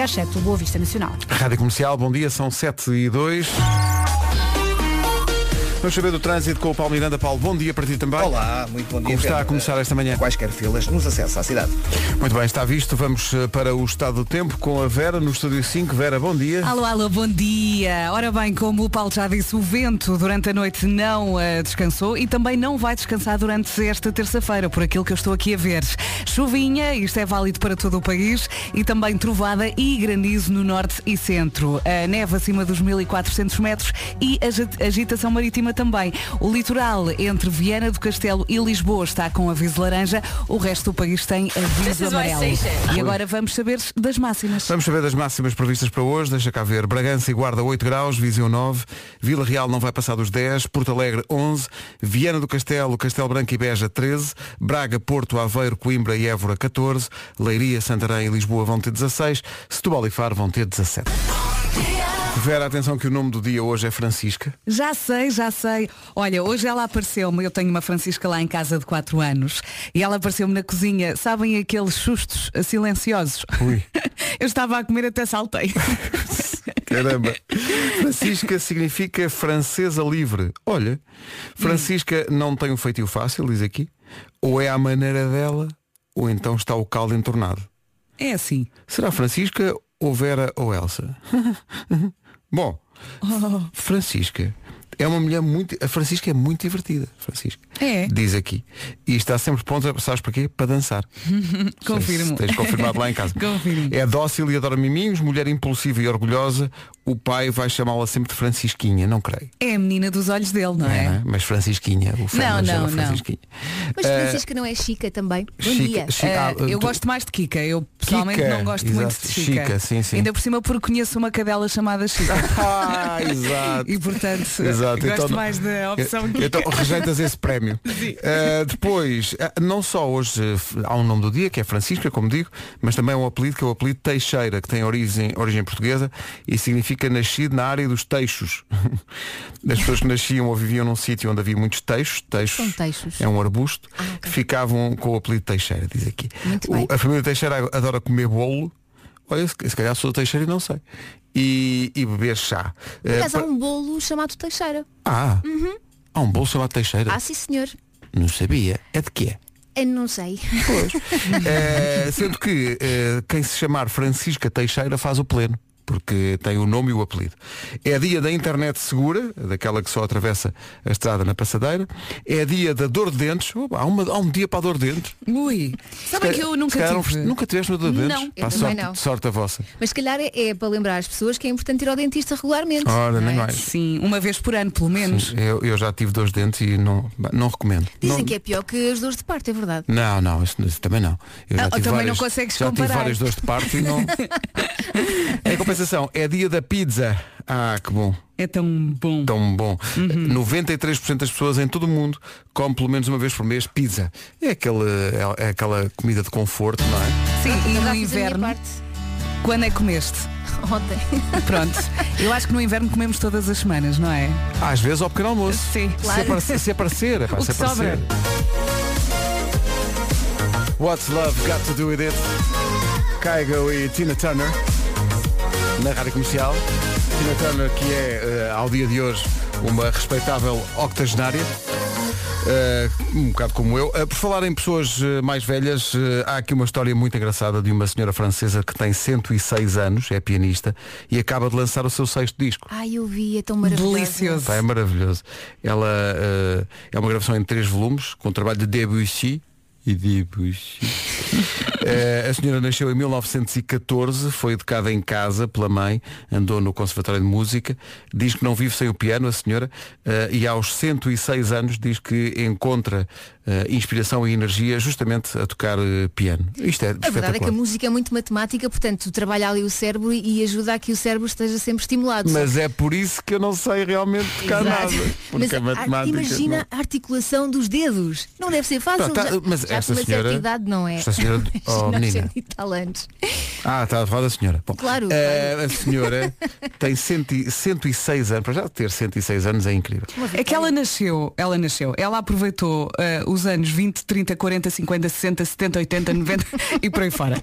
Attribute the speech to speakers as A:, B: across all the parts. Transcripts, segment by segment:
A: às 7 do Boa Vista Nacional.
B: Rádio Comercial, bom dia, são 7 e 2. Vamos saber do trânsito com o Paulo Miranda. Paulo, bom dia para ti também.
C: Olá, muito bom dia.
B: Como está a
C: Pedro.
B: começar esta manhã?
C: Quaisquer filas nos acessos à cidade.
B: Muito bem, está visto. Vamos eh, para o estado do tempo com a Vera no Estúdio 5. Vera, bom dia.
D: Alô, alô, bom dia. Ora bem, como o Paulo já disse, o vento durante a noite não eh, descansou e também não vai descansar durante esta terça-feira, por aquilo que eu estou aqui a ver. Chuvinha, isto é válido para todo o país, e também trovada e granizo no norte e centro. A neve acima dos 1400 metros e agi- agitação marítima também. O litoral entre Viana do Castelo e Lisboa está com aviso laranja, o resto do país tem aviso
E: is my
D: amarelo.
E: station.
D: E agora vamos saber das máximas.
B: Vamos saber das máximas previstas para hoje. Deixa cá ver. Bragança e Guarda 8 graus, Viseu 9, Vila Real não vai passar dos 10, Porto Alegre 11, Viana do Castelo, Castelo Branco e Beja 13, Braga, Porto, Aveiro, Coimbra e Évora 14, Leiria, Santarém e Lisboa vão ter 16, Setúbal e Faro vão ter 17. Vera, atenção que o nome do dia hoje é Francisca.
D: Já sei, já sei. Olha, hoje ela apareceu-me, eu tenho uma Francisca lá em casa de 4 anos, e ela apareceu-me na cozinha, sabem aqueles sustos silenciosos?
B: Ui.
D: Eu estava a comer até saltei.
B: Caramba. Francisca significa francesa livre. Olha, Francisca não tem um feitio fácil, diz aqui. Ou é à maneira dela, ou então está o caldo entornado.
D: É assim.
B: Será Francisca ou Vera ou Elsa? Bom,
D: Oh.
B: Francisca é uma mulher muito. A Francisca é muito divertida, Francisca.
D: É.
B: Diz aqui. E está sempre pronta, sabes para quê? Para dançar.
D: Confirmo.
B: Tens confirmado lá em casa.
D: Confirmo.
B: É dócil e adora miminhos, mulher impulsiva e orgulhosa. O pai vai chamá-la sempre de Francisquinha, não creio.
D: É a menina dos olhos dele, não
B: não
D: é?
B: é? Mas Francisquinha, o Fernando
D: Não,
B: chama
D: não, não.
B: Francisquinha.
E: Mas Francisca não é chica também. Bom
B: Eh, Chica-
E: dia.
B: Chica-
D: Ah,
B: ah,
D: eu
B: tu-
D: gosto mais de Kika, eu pessoalmente
B: Kika,
D: não gosto muito
B: exato.
D: de Chica.
B: Chica, sim, sim.
D: Ainda por cima porque conheço uma cadela chamada Chica.
B: Ah, exato.
D: E portanto,
B: Exato,
D: gosto
B: então não-
D: mais da opção Kika.
B: Então rejeitas esse prémio. Ah, depois, ah, não só hoje eh, f- há um nome do dia, que é Francisca, como digo, mas também um apelido, que é o apelido Teixeira, que tem origem, origem portuguesa e significa nascido na área dos teixos. As pessoas que nasciam ou viviam num sítio onde havia muitos teixos, teixos,
E: São teixos.
B: é um arbusto,
E: Ah, ok.
B: ficavam com o apelido Teixeira, diz aqui.
E: Muito
B: O-
E: bem.
B: a família Teixeira adora comer bolo. Olha, se se calhar sou do Teixeira e não sei. E, e beber chá. Eh,
E: Por acaso há
B: pa-
E: um bolo chamado Teixeira.
B: Ah, há um bolo chamado Teixeira.
E: Uhum. Ah, sim senhor.
B: Não sabia. É de quê?
E: Eu não sei.
B: Eh, sendo que eh, quem se chamar Francisca Teixeira faz o pleno. Porque tem o nome e o apelido. É dia da internet segura, daquela que só atravessa a estrada na passadeira. É dia da dor de dentes. Opa, há, uma- há um dia para a dor de dentes.
D: Ui. Sabem que eu
B: Se
D: nunca
B: calhar um
D: tive.
B: não- nunca tiveste no dor de dentes?
E: Não, eu
B: Pá,
E: também
B: sorte,
E: não.
B: sorte a vossa.
E: Mas se calhar é, é para lembrar as pessoas que é importante ir ao dentista regularmente.
B: Ora,
E: não
B: nem
E: é?
B: mais.
D: Sim, uma vez por ano, pelo menos.
B: Eu, eu já tive dois dentes e não, não recomendo.
E: Dizem
B: não,
E: que é pior que as dores de parto, é verdade.
B: Não, não, isso, isso também não. Eu
D: Ah, também não consegues
B: já tive
D: comparar.
B: várias dores de parto e não. em compensação, é dia da pizza. Ah, que bom,
D: É tão bom.
B: tão bom.
D: Uhum.
B: 93% das pessoas em todo o mundo comem pelo menos uma vez por mês pizza. É, aquele, é, é aquela comida de conforto, não é?
D: Sim, e
E: Então, Já
D: no
E: fiz a minha
D: inverno,
E: parte
D: quando é que comeste?
E: ontem.
D: Pronto. Eu acho que no inverno comemos todas as semanas, não é?
B: Às vezes ao pequeno almoço.
D: Sim,
B: Se
E: claro.
B: aparecer, se aparecer, é pá,
D: O
B: se
D: que sobra.
B: aparecer. What's Love Got to Do With It? Kygo e Tina Turner na rádio comercial. Tina Turner, que é eh, ao dia de hoje uma respeitável octogenária. eh, um bocado como eu. Eh, por falar em pessoas eh, mais velhas, eh, há aqui uma história muito engraçada de uma senhora francesa que tem 106 anos, é pianista, e acaba de lançar o seu sexto disco.
E: Ai, eu vi, é tão maravilhoso.
D: Delicioso.
B: Pá, é maravilhoso. Ela eh, é uma gravação em três volumes, com o trabalho de Debussy. E Debussy. Eh, a senhora nasceu em 1914, foi educada em casa pela mãe, andou no Conservatório de Música, diz que não vive sem o piano, a senhora, eh, e aos 106 anos diz que encontra eh, inspiração e energia justamente a tocar eh, piano. Isto é
E: A verdade é que a
B: espetacular.
E: música é muito matemática, portanto, trabalha ali o cérebro e ajuda a que o cérebro esteja sempre estimulado.
B: Mas é por isso que eu não sei realmente tocar
E: Exato.
B: nada. Porque
E: Mas
B: a
E: ar-
B: matemática. não-
E: imagina a articulação dos dedos. Não deve ser fácil.
B: Tá, tá,
E: já
B: mas
E: já já
B: esta
E: com uma
B: senhora-
E: certa idade, não é?
B: esta senhora-
E: Mas
B: oh,
E: nós
B: menina.
E: temos talentos.
B: Ah, está a falar da senhora. Bom,
E: Claro,
B: eh, A senhora tem cento e- 106 anos. Para já ter 106 anos é incrível.
D: É que ela nasceu, ela nasceu, ela aproveitou eh, os anos 20, 30, 40, 50, 60, 70, 80, 90 e por aí fora.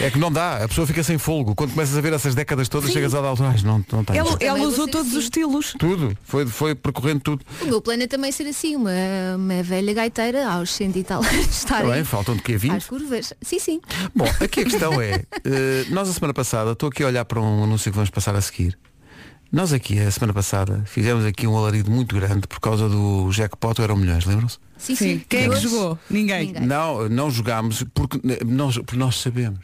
B: É que não dá, a pessoa fica sem folgo. Quando começas a ver essas décadas todas, chegas a dar altura. "Ai, não, não tens.
D: Ela,
E: Também
D: ela
E: vou
D: usou
E: ser
D: todos
E: assim.
D: os estilos.
B: Tudo. Foi, foi percorrendo tudo.
E: O meu plano é também ser assim, uma, uma velha gaiteira aos cento e tal anos, estar
B: Está
E: aí
B: Tá bem, faltam de que a 20.
E: às curvas. Sim, sim.
B: Bom, aqui a questão é, eh, nós a semana passada, estou aqui a olhar para um anúncio que vamos passar a seguir. Nós aqui, a semana passada, fizemos aqui um alarido muito grande por causa do jackpot, ou eram milhões, lembram-se?
E: Sim, sim.
D: Quem é que
E: Hoje-
D: jogou? Ninguém.
E: Ninguém.
B: Não, não jogámos porque eh, nós, porque nós sabemos.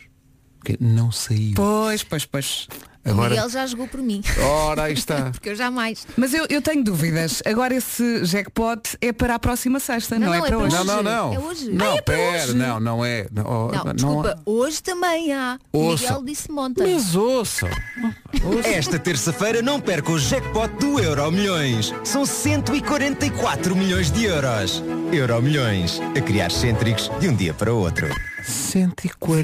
B: Porque não saiu.
D: Pois, pois, pois.
E: O
B: Agora, Tá.
E: Miguel já jogou por mim,
B: ora aí está.
E: porque eu jamais.
D: Mas eu, eu tenho dúvidas. Agora esse jackpot é para a próxima sexta, não,
E: Não,
D: é
E: não, é
D: para
E: para
D: hoje.
B: Não, não, não.
E: É hoje.
B: Não,
E: Ah, é para
B: pera,
E: hoje.
B: não, não é. Não, oh,
E: Não,
B: não-
E: desculpa, hoje também há. O
B: Ouça.
E: Miguel disse monta.
B: Mas ouça.
A: Esta terça-feira não perca o jackpot do Euro Milhões. São 144 milhões de euros. Euro Milhões. A criar cêntricos de um dia para o outro.
B: 140.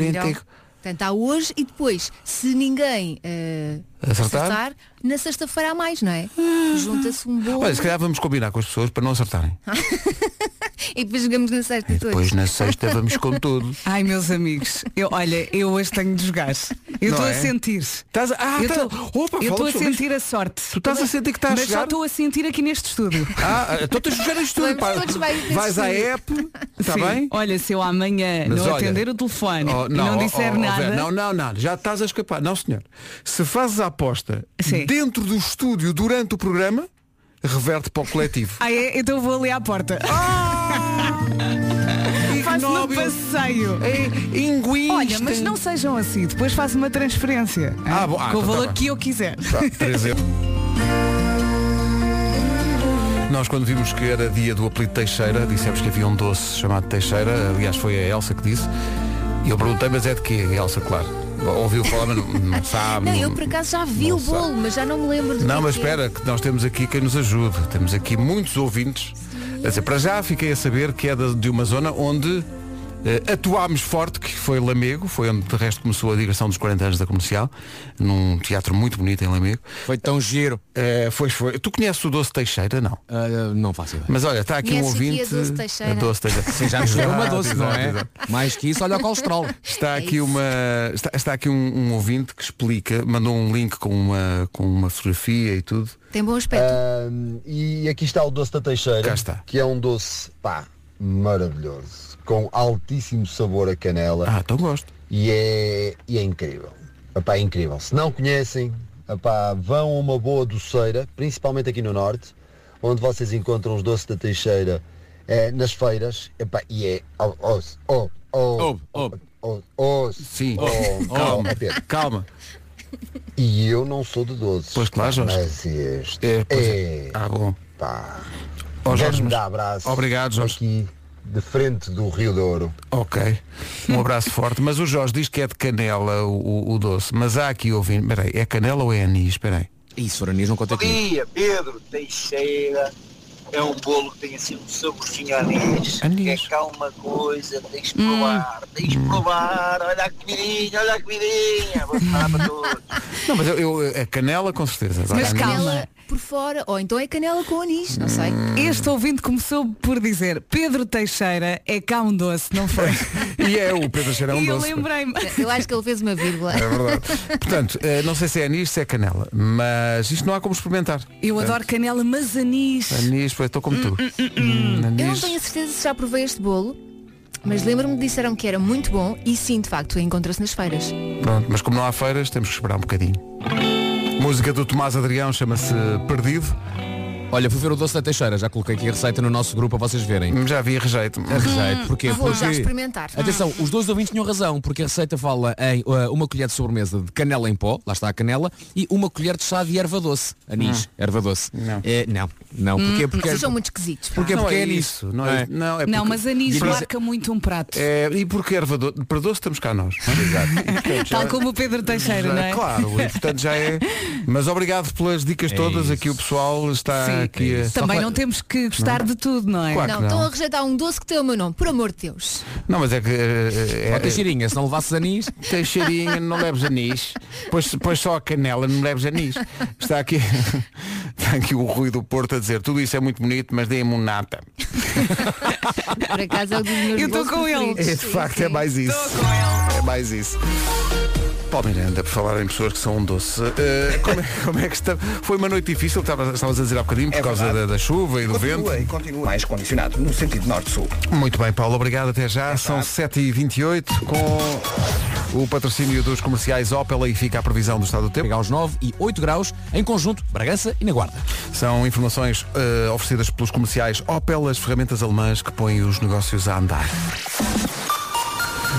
B: e-
E: Então, Portanto, há hoje e depois, se ninguém eh,
B: Acertar? Ah.
E: na sexta-feira há mais, não é? Junta-se um bolo
B: Olha, se calhar vamos combinar com as pessoas para não acertarem.
E: Ah, e depois jogamos na sexta
B: E
E: todos.
B: depois na sexta vamos com tudo.
D: Ai, meus amigos, eu, olha, eu hoje tenho de jogar. Eu
B: Não
D: estou
B: é?
D: a sentir.
B: Estás a- Ah,
D: eu
B: tá-
D: estou-
B: Opa,
D: eu
B: fala
D: estou a
B: sobre isto.
D: sentir a sorte.
B: Tu estás a sentir que está a
D: Mas
B: chegar?
D: só estou a sentir aqui neste estúdio.
B: Ah, estou a jogar isto tudo.
E: Vamos
B: pá.
E: todos assim. vai-
B: Vais à
E: assistir.
B: app, está
D: Sim.
B: Tá bem?
D: Olha, se eu amanhã
B: Mas
D: não
B: olha-
D: atender o telefone
B: Oh,
D: e não
B: oh,
D: disser
B: oh, oh,
D: nada.
B: Vera, não, não, não, já estás a escapar. Não, senhor. Se fazes a aposta
D: Sim.
B: dentro do estúdio durante o programa, reverte para o coletivo.
D: Ah, é? Então vou ali à porta. Faço Ah! um
B: Ignóbil.
D: passeio.
B: É inguista.
D: Olha, mas não sejam assim, depois faço uma transferência.
B: Ah, bom, ah,
D: com
B: então
D: o
B: tá
D: valor
B: bem.
D: que eu quiser.
B: Tá, três euros. Nós quando vimos que era dia do apelido Teixeira, dissemos que havia um doce chamado Teixeira, aliás foi a Elsa que disse, e eu perguntei, mas é de quê, Elsa, claro? Ouviu falar, mas não, não sabe.
E: Ah, Não, eu por acaso já vi
B: não
E: o
B: sei.
E: bolo, mas já não me lembro do que
B: Não,
E: é
B: mas
E: que é.
B: espera, que nós temos aqui quem nos ajude. Temos aqui muitos ouvintes. A dizer, para já fiquei a saber que é da- de uma zona onde eh, atuámos forte, que foi Lamego, foi onde de resto começou a digressão dos 40 anos da comercial, num teatro muito bonito em Lamego.
F: Foi tão giro.
B: Eh, foi, foi. Tu conheces o Doce Teixeira, não?
F: Ah, não faço ideia.
B: Mas olha, está aqui um
E: Conheço aqui
B: ouvinte.
E: a Doce Teixeira.
B: a Doce Teixeira.
F: Sim, já nos deu uma
B: Exato,
F: doce, não
B: exato,
F: é?
B: exato.
F: Mais que isso, olha o colesterol.
B: Está
E: É
B: aqui
E: isso.
B: uma está, está aqui um, um ouvinte que explica, mandou um link com uma com uma fotografia e tudo.
E: Tem bom
B: Ah,
E: aspecto.
G: Ahm, e aqui está o doce da Teixeira,
B: Cá está.
G: que é um doce pá, maravilhoso, com altíssimo sabor a canela
B: Ah, então gosto.
G: e, é, e é incrível. Epá, é incrível. Se não conhecem, epá, vão a uma boa doceira, principalmente aqui no norte, onde vocês encontram os doces da Teixeira eh, nas feiras. Epá, e é. Oh, oh, oh, oh,
F: Ouve, ouve.
G: oh, oh,
B: Sim.
G: oh,
B: calma,
G: oh, Pedro.
B: calma.
G: E eu não sou de doces.
B: Pois claro, Jorge.
G: Mas este
B: É, pois é.
G: é
B: Ah, bom.
G: pá.
B: Ó, Jorge, mas-
G: Grande abraço.
B: Obrigado, Jorge.
G: Aqui de frente do Rio Douro.
B: Ok. Um abraço forte. Mas o Jorge diz que é de canela o, o- o doce. Mas há aqui ouvindo. Peraí, é canela ou é anis? Peraí.
F: Isso, Aranis, não conta
H: Bom
F: aqui.
H: dia, Pedro Teixeira. É um bolo que tem assim um saborzinho a anis.
B: Anis.
H: É calma coisa, tens de
B: Hum.
H: provar, tens de provar. Olha a comidinha, olha a comidinha. Vou falar para todos.
B: Não, mas eu, eu- a canela com certeza. Agora,
D: Mas
B: anis-
D: calma.
E: Canela por fora, ou então é canela com anis, não sei.
D: Este ouvinte começou por dizer Pedro Teixeira é cá um doce, não foi?
B: E é o Pedro Cheira é um
D: e eu
B: doce.
D: lembrei-me.
E: Eu acho que ele fez uma vírgula.
B: É verdade. Portanto, eh, não sei se é anis, se é canela, mas isto não há como experimentar.
D: Eu adoro canela, mas anis.
B: Anis, pois estou como tu. Hum,
E: Eu
B: anis.
E: não tenho a certeza se já provei este bolo, mas lembro-me que disseram que era muito bom e sim, de facto, encontra-se nas feiras.
B: Pronto, mas como não há feiras, temos que esperar um bocadinho. Música do Tomás Adrião chama-se Perdido.
F: Olha, fui ver o doce da Teixeira, já coloquei aqui a receita no nosso grupo para vocês verem.
B: Já havia rejeito.
F: A receita,
B: é
F: porquê?
E: Hum. Ah, Vou já experimentar. Ah,
F: Atenção, os dois ouvintes tinham razão, porque a receita fala em uh, uma colher de sobremesa de canela em pó, lá está a canela, e uma colher de chá de erva doce, anis, erva doce. Não. não, não, porquê? Porque,
E: Vocês são muito esquisitos. pá.
F: porque,
B: Não
F: porque
B: é
F: é
B: isso,
F: nisso.
B: não é, Não, é
D: Não,
B: porque-
D: mas anis
F: Diz-
D: marca muito um prato.
B: É, e porque erva do... para doce estamos cá nós. é?
D: Tal como o Pedro Teixeira,
B: Já-
D: não é?
B: Claro, e portanto já é. Mas obrigado pelas dicas todas.
F: isso.
B: Aqui o pessoal está
D: Sim.
B: está aqui a-
D: Também
B: é Só
D: não
B: fa-
D: temos que gostar de tudo, não é?
B: Claro.
E: Não,
B: que não.
E: estão a rejeitar um doce que tem o meu nome, por amor de Deus.
B: Não, mas é que. eh, eh,
F: Ó,
B: eh,
F: Teixeirinha, se não levasses anis,
B: Teixeirinha, não leves anis. Pois, pois só a canela, não leves anis. Está aqui, está aqui o Rui do Porto a dizer, tudo isso é muito bonito, mas deem-me um nata.
E: Por acaso é um dos meus
D: Eu tô
E: doces
D: com ele.
E: preferidos.
B: É, de
E: Sim,
B: facto,
E: sim.
B: é mais isso. É mais isso. Paulo Miranda, por falar em pessoas que são um doce, eh, como, é, como é que está? Foi uma noite difícil, estavas estavas a dizer há bocadinho, por
C: É
B: causa da,
C: verdade.
B: da chuva e do
C: Continua
B: vento.
C: e continua mais condicionado no sentido norte-sul.
B: Muito bem, Paulo, obrigado até já. São 7h28 com o patrocínio dos comerciais Opel e fica a previsão do estado do tempo.
F: pegar aos 9 e 8 graus, em conjunto, Bragança e na Guarda.
B: São informações eh, oferecidas pelos comerciais ou pelas ferramentas alemãs que põem os negócios a andar.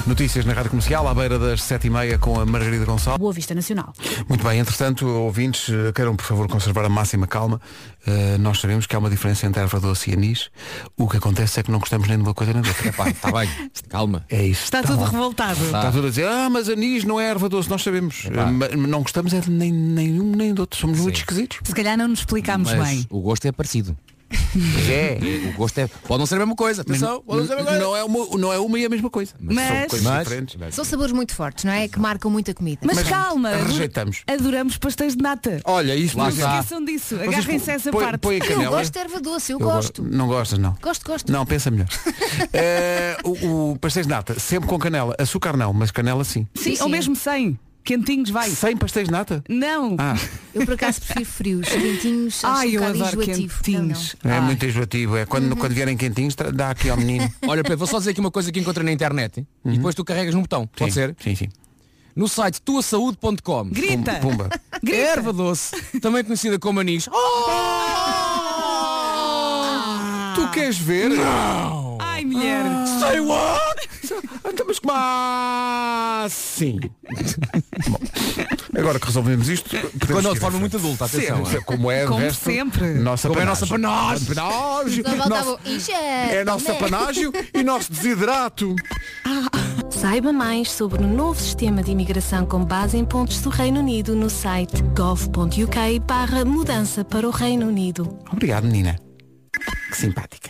B: Notícias na Rádio Comercial, à beira das 7h30 com a Margarida Gonçalves.
I: Boa Vista Nacional.
B: Muito bem, entretanto, ouvintes, eh, queiram por favor conservar a máxima calma. Eh, nós sabemos que há uma diferença entre erva doce e anis. O que acontece é que não gostamos nem de uma coisa nem da outra.
F: Epá, está bem, calma.
B: É isso.
D: Está
B: tá
D: tudo
B: bom.
D: revoltado.
B: Está tudo a dizer, ah, mas anis não é erva doce, nós sabemos. Eh, ma- Não gostamos é de nem, nenhum nem do outro, somos muito esquisitos.
D: Se calhar não nos explicámos
F: Mas
D: bem.
F: o gosto é parecido.
B: É.
F: O gosto é. Pode não ser a mesma coisa. Atenção, pode não ser a mesma coisa.
B: Não é, uma, não é uma e a mesma coisa.
D: Mas-
B: são coisas
F: Mas-
B: diferentes.
E: São sabores muito fortes, não é? Que marcam muita comida.
D: Mas, calma, ador-
B: rejeitamos.
D: adoramos pastéis de nata.
B: Olha, isso
F: Lá
D: não
B: não
D: se
F: está.
D: esqueçam disso.
B: Vocês
D: Agarrem-se a essa
B: põe-
D: parte.
B: põe a
E: eu
B: canela.
E: gosto de erva doce, eu,
B: Eu
E: gosto.
B: go- Não gostas, não.
E: Gosto, gosto.
B: Não, pensa melhor. Eh, o, o pastéis de nata, sempre com canela. Açúcar não, mas canela sim.
D: Sim,
E: Sim,
D: ou
E: sim.
D: mesmo sem. Quentinhos, vai.
B: Sem pastéis de nata?
D: Não.
B: Ah,
E: Eu por acaso prefiro frios, quentinhos, acho
D: Ai,
E: um
D: eu
E: bocado
D: adoro
E: enjoativo.
D: quentinhos.
B: é
D: Ai.
B: muito enjoativo. É quando, quando vierem quentinhos, tra- dá aqui ao menino.
F: Olha, Pedro, vou só dizer aqui uma coisa que encontrei na internet hein? e depois tu carregas num botão. Pode
B: Sim,
F: ser?
B: Sim, sim.
F: No site tuasaúde.com.
D: Ah, Grita.
B: Pumba.
D: Grita.
F: Erva doce, também conhecida como anis. Oh!
B: Tu queres ver?
D: Ai, mulher.
B: Say what? Então, mas como assim? Bom, agora que resolvemos isto, podemos
F: Quando
B: seguir
F: não, de
B: à
F: forma
B: frente.
F: muito adulta, atenção.
B: Sim,
F: hein?
B: como é
D: Como
B: o resto,
D: sempre.
B: Nossa
F: Como é a nossa
B: panagem. Panagem.
F: panagem.
E: Só faltava
B: Nosso-
E: o Ixi,
B: É nosso
E: tomé.
B: apanágio e nosso desidrato.
I: Saiba mais sobre o novo sistema de imigração com base em pontos do Reino Unido no site gov.uk barra mudança para o Reino Unido.
B: Obrigado, menina. Que simpática.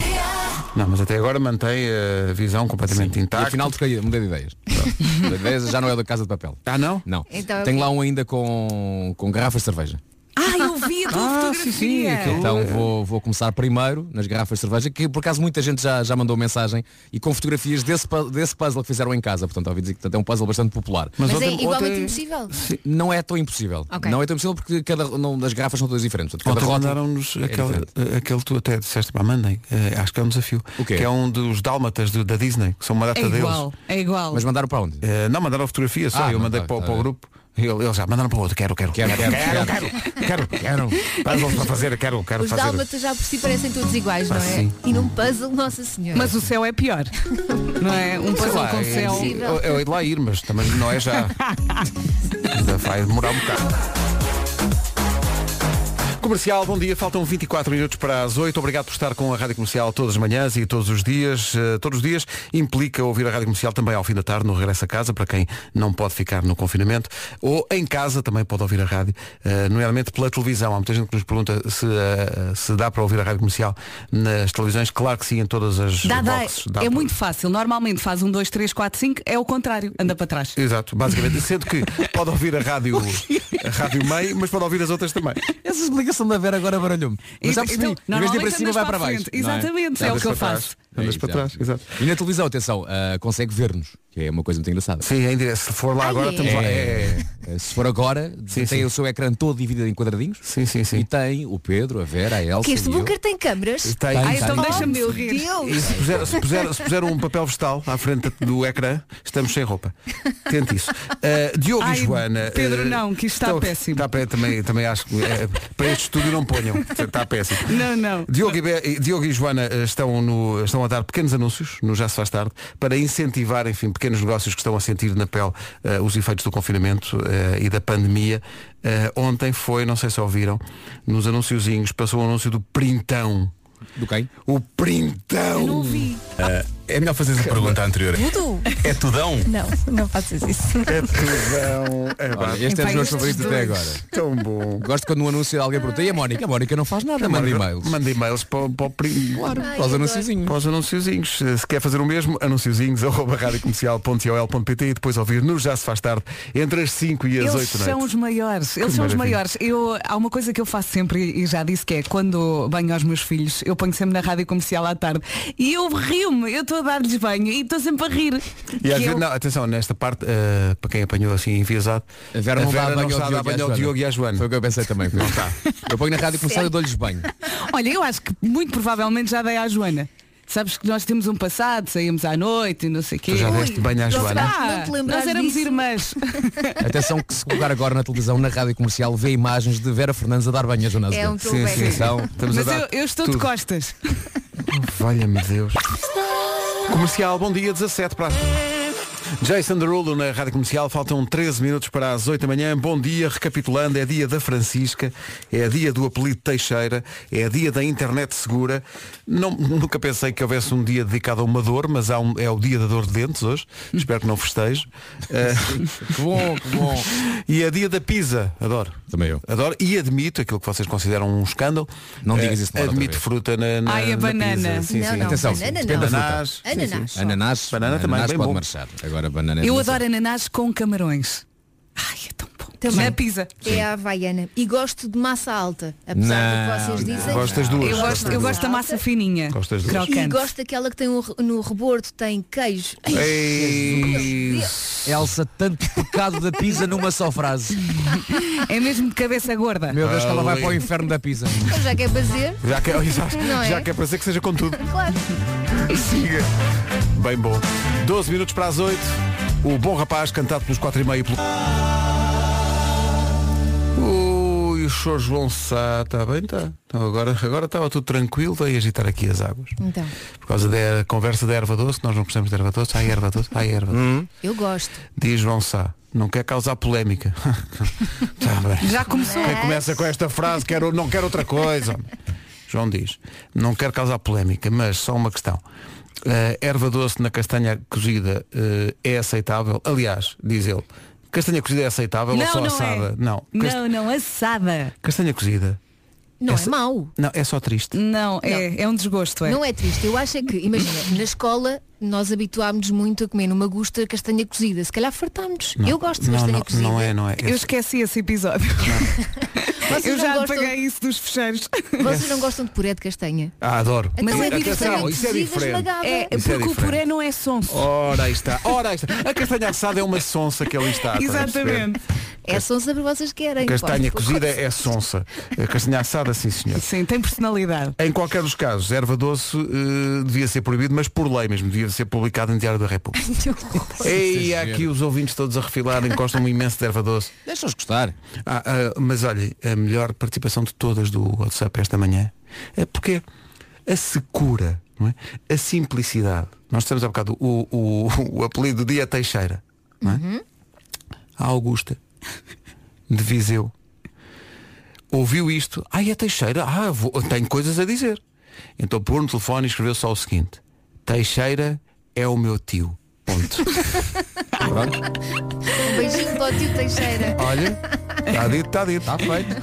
B: Não, mas até agora mantém a visão completamente
F: E
B: intacta.
F: afinal troquei, mudei de ideias. Pronto. De ideias já não é da Casa de Papel.
B: Ah, não?
F: Não.
E: Então é o
F: Tenho
E: quê?
F: lá um ainda com, com garrafas de cerveja.
D: Ai, eu vi a tua
B: Ah, sim,
D: fotografia.
B: sim,
E: É.
B: aquilo-
F: Então vou, vou começar primeiro nas garrafas de cerveja, que por acaso muita gente já, já mandou mensagem e com fotografias desse, pu- desse puzzle que fizeram em casa. Portanto, ouvi dizer que portanto, é um puzzle bastante popular.
E: Mas
B: ontem-
E: é igualmente
B: ontem-
E: impossível.
F: Não é tão impossível.
E: Ok.
F: Não é tão impossível porque cada não, das garrafas são todas diferentes. Portanto,
B: Ontem
F: cada rótulo
B: mandaram-nos
F: é
B: aquele,
F: diferente.
B: eh, aquele tu até disseste, pá, mandem, eh, acho que é um desafio.
F: O quê?
B: Que é um dos dálmatas do- da Disney, que são uma data
D: É
B: deles.
D: igual, é igual.
F: Mas mandaram para onde?
B: Eh, não, mandaram a fotografia só,
F: Ah,
B: eu mandei
F: mandaram,
B: para, o-
F: tá
B: para o
F: bem.
B: grupo. E ele- Eles já mandaram para o outro, quero, quero,
F: Quero, quero,
B: quero, quero, quero, quero, Vamos lá fazer, quero, quero
E: Os
B: fazer.
E: dálmatas já por si parecem todos iguais, não
B: Ah,
E: é?
B: sim.
E: E num puzzle, Nossa Senhora.
D: Mas o céu é pior. Não é? Um
B: Sei
D: puzzle
B: lá,
D: com
B: é-
D: céu.
E: possível.
B: eu, eu hei de lá ir, mas também não é já. Ainda vai demorar um bocado. Comercial, bom dia. Faltam 24 minutos para as 8. Obrigado por estar com a Rádio Comercial todas as manhãs e todos os dias. Eh, todos os dias implica ouvir a Rádio Comercial também ao fim da tarde, no regresso a casa, para quem não pode ficar no confinamento. Ou em casa também pode ouvir a rádio, eh, nomeadamente pela televisão. Há muita gente que nos pergunta se, eh, se dá para ouvir a Rádio Comercial nas televisões. Claro que sim, em todas as
D: Dá, dá.
B: boxes.
D: é
B: para-
D: muito fácil. Normalmente faz um, dois, três, quatro, cinco. É o contrário. Anda para trás.
B: Exato, basicamente. Sendo que pode ouvir a rádio, a rádio meio, mas pode ouvir as outras também.
F: Essa explicação da Vera agora baralhou-me. Mas já percebi.
D: Então,
F: em vez de ir para
D: normalmente
F: cima,
D: andas
F: vai
D: para
F: para
D: a
F: baixo.
D: frente. Exatamente,
F: não
D: é o que eu
F: Andas para trás.
D: faço.
B: Andas para trás, exato.
F: É, E na televisão, atenção, ah, consegue ver-nos, que é uma coisa muito engraçada.
B: Sim, ainda se for lá
E: Ai,
B: agora
E: é.
B: estamos lá. É, é, é.
F: Eh, Se for agora, tem
B: sim.
F: o seu ecrã todo dividido em quadradinhos.
B: Sim, sim, sim.
F: E tem o Pedro, a Vera, a Elsa.
E: que este
F: e eu.
E: bunker tem câmaras?
B: Tem,
F: Ah,
D: Ah,
B: tem.
D: então
E: Oh,
D: deixa-me
E: meu
D: sorrir.
E: Deus!
B: E se puser, se, puser, se puser um papel vegetal à frente do ecrã, estamos sem roupa. Tente isso. Ah, Diogo
D: Ai,
B: e Joana.
D: Pedro,
B: ah,
D: não, que isto está péssimo.
B: Está pé- também, também acho que eh, para este estúdio não ponham. Está péssimo.
D: Não, não.
B: Diogo e, Be- Diogo e Joana eh, estão, no- estão a dar pequenos anúncios no Já se faz tarde para incentivar, enfim, pequenos negócios que estão a sentir na pele eh, os efeitos do confinamento eh, e da pandemia. Eh, ontem foi, não sei se ouviram, nos anunciozinhos passou o anúncio do printão.
F: Do quem?
B: O printão!
D: Não vi.
J: É melhor fazeres a pergunta anterior.
E: Tudo?
J: É tudão?
E: Não, não faças isso.
B: É tudão. É pá,
F: Olha, este é dos
D: Epá,
F: meus
D: estes
F: favoritos até
D: dois.
F: agora.
B: tão bom.
F: Gosto quando um anúncio de alguém pergunta, e a Mónica? A Mónica não faz nada, manda e-mails.
B: Manda e-mails para, o- para o primo. Claro.
F: Para os anunciozinhos.
B: Para os anunciozinhos. Se quer fazer o mesmo, anunciozinhos, arroba radiocomercial.ol.pt e depois ouvir no Já Se Faz Tarde entre as 5 e as
D: Eles
B: 8 da
D: são
B: noite.
D: os maiores, eles
B: Que
D: são os
B: maravilha.
D: maiores. Eu, há uma coisa que eu faço sempre e já disse que é quando banho aos meus filhos, eu ponho sempre na rádio comercial à tarde e eu rio-me, eu estou a dar-lhes banho e estou sempre a rir.
B: E às
D: Que
B: vezes,
D: eu-
B: não, atenção, nesta parte, eh, para quem apanhou assim enviesado,
F: A Vera não dá banho
B: está a dar
F: ao
B: banho
F: Diogo,
B: ao Diogo e à Joana.
F: Foi o que eu pensei também. Não está. Eu ponho na rádio comercial e dou-lhes banho.
D: Olha, eu acho que muito provavelmente já dei à Joana. Sabes que nós temos um passado, saímos à noite e não sei o quê. Ah,
B: Tu já deste banho à
E: não
B: Joana.
E: será? Não te lembrares
D: nós éramos
E: disso?
D: irmãs.
F: Atenção que se colocar agora na televisão, na rádio comercial, vê imagens de Vera Fernandes a dar banho a Jonas.
E: É um
F: Azevedo.
E: throwback.
F: Sim, Então,
B: Estamos
D: Mas
B: a dar
D: eu, eu estou
B: tudo.
D: de costas.
B: Valha-me Deus. Comercial, bom dia, 17 para as... Jason Derulo na Rádio Comercial, faltam 13 minutos para as 8 da manhã. Bom dia, recapitulando, é dia da Francisca, é dia do apelido Teixeira, é dia da internet segura. Não- nunca pensei que houvesse um dia dedicado a uma dor, mas há um- é o dia da dor de dentes hoje. Espero que não festeje. Eh,
F: que bom, que bom.
B: e é dia da pizza, adoro.
F: Também eu.
B: Adoro e admito aquilo que vocês consideram um escândalo.
F: Não
B: Eh,
F: digas isso na hora outra
B: Admito
F: vez.
B: fruta na, na,
D: Ai, a
B: na
D: banana.
B: pizza. Sim,
E: Não,
B: sim.
E: não.
F: Atenção,
E: Banana
F: depende
E: não.
F: da fruta.
B: Ananás.
E: Ananás. só.
F: Ananás,
B: Banana também,
F: ananás
B: bem
F: pode
B: bom.
F: marchar. Agora
B: É
F: banana. é
D: Eu
F: não
D: adoro ananás com camarões. Ai, é tão bom.
E: Também.
D: Na pizza.
E: É a Havaiana. E gosto de massa alta.
F: Não,
E: Apesar do que vocês
F: não.
E: dizem.
B: Gosto das duas.
D: Eu gosto, eu gosto da massa fininha.
B: Gosto das
E: E
B: duas.
D: Crocante.
E: gosto daquela que tem um re- no rebordo, tem queijo. Então,
B: Ei,
F: sei. Elsa, tanto pecado da pizza numa só frase.
D: É mesmo de cabeça gorda.
F: Meu Deus, que ela vai para o inferno da pizza.
E: Então já quer fazer?
B: já que, já,
E: Não é?
B: já que é para ser que seja com tudo.
E: Claro.
B: Siga. Bem bom. 12 minutos para as 8. O Bom Rapaz, cantado pelos 4 e meio pelo... Ui, o senhor João Sá está bem, está. Então agora, agora estava tudo tranquilo, veio agitar aqui as águas.
E: Então,
B: Por causa da er-, conversa da erva doce, nós não gostamos de erva doce, há erva doce, há erva doce.
E: eu gosto.
B: Diz João Sá, não quer causar polémica. Está bem.
D: Já começou.
B: Quem começa com esta frase, quero, não quero outra coisa. João diz, não quero causar polémica, mas só uma questão. Eh, erva doce na castanha cozida eh, é aceitável? Aliás, diz ele, castanha cozida é aceitável ou
D: Não,
B: só
D: não
B: assada?
D: é.
B: Não. Cas-
D: Não, não, assada.
B: Castanha cozida.
E: Não
B: Essa-
E: é mau.
B: Não, é só triste.
D: Não, é, é um desgosto, é.
E: Não é triste. Eu acho é que, imagina, na escola nós habituámos muito a comer numa gusta castanha cozida. Se calhar fartámos. Eu gosto de
B: não,
E: castanha
B: não,
E: cozida.
B: não é, não é.
D: Eu esqueci esse episódio.
E: Vocês
D: Eu já
E: não gostam,
D: apaguei isso dos fecheiros.
E: Vocês não gostam de puré de castanha?
B: Ah, adoro.
E: Então
D: é
E: é vida
B: atenção,
E: castanha
B: isso é
E: cozida
B: diferente.
E: esmagada.
D: É,
B: Isso é
D: porque o
B: diferente. Oh,
D: puré não é sonso.
B: Ora aí está, ora aí está. A castanha assada é uma sonsa que ali está. estás a perceber?
D: Exatamente.
E: É sonsa para vocês querem.
B: Castanha
E: Pode-
B: cozida é sonsa. A castanha assada, sim senhor.
D: Sim, tem personalidade.
B: Em qualquer dos casos, erva doce eh, devia ser proibido, mas por lei mesmo, devia ser publicado em Diário da República. Ei, há aqui os ouvintes todos a refilar, encostam um imenso de erva doce.
F: Deixa-os gostar.
B: Ah, ah, mas olhem, a melhor participação de todas do WhatsApp esta manhã é porque a secura, não é? a simplicidade. Nós temos há bocado o, o, o apelido do dia Teixeira. Não é? A Augusta, de Viseu, ouviu isto. Ai, é Teixeira? Ah, vou- tenho coisas a dizer. Então pôr no telefone e escreveu só o seguinte. Teixeira é o meu tio. Ponto. Pronto.
E: Um beijinho para o tio Teixeira.
B: Olha, está Tá dito, está dito. Está feito.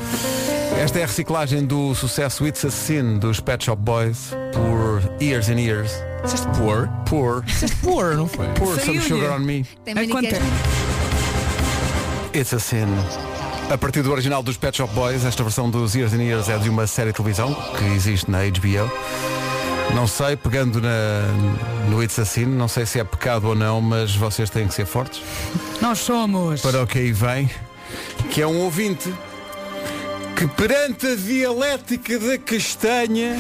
B: Esta é a reciclagem do sucesso It's a Sin dos Pet Shop Boys por Years and Years.
F: Disseste poor.
B: Por,
F: Disseste poor, não foi?
B: pour some
D: Saiu-lhe.
B: sugar on me.
E: Tem
D: Acontece.
E: maniqueiras.
B: It's a Sin. A partir do original dos Pet Shop Boys, esta versão dos Years and Years é de uma série de televisão que existe na HBO. Não sei, pegando na, no It's a Sin, não sei se é pecado ou não, mas vocês têm que ser fortes.
D: Nós somos.
B: para o que aí vem, que é um ouvinte que perante a dialética da castanha.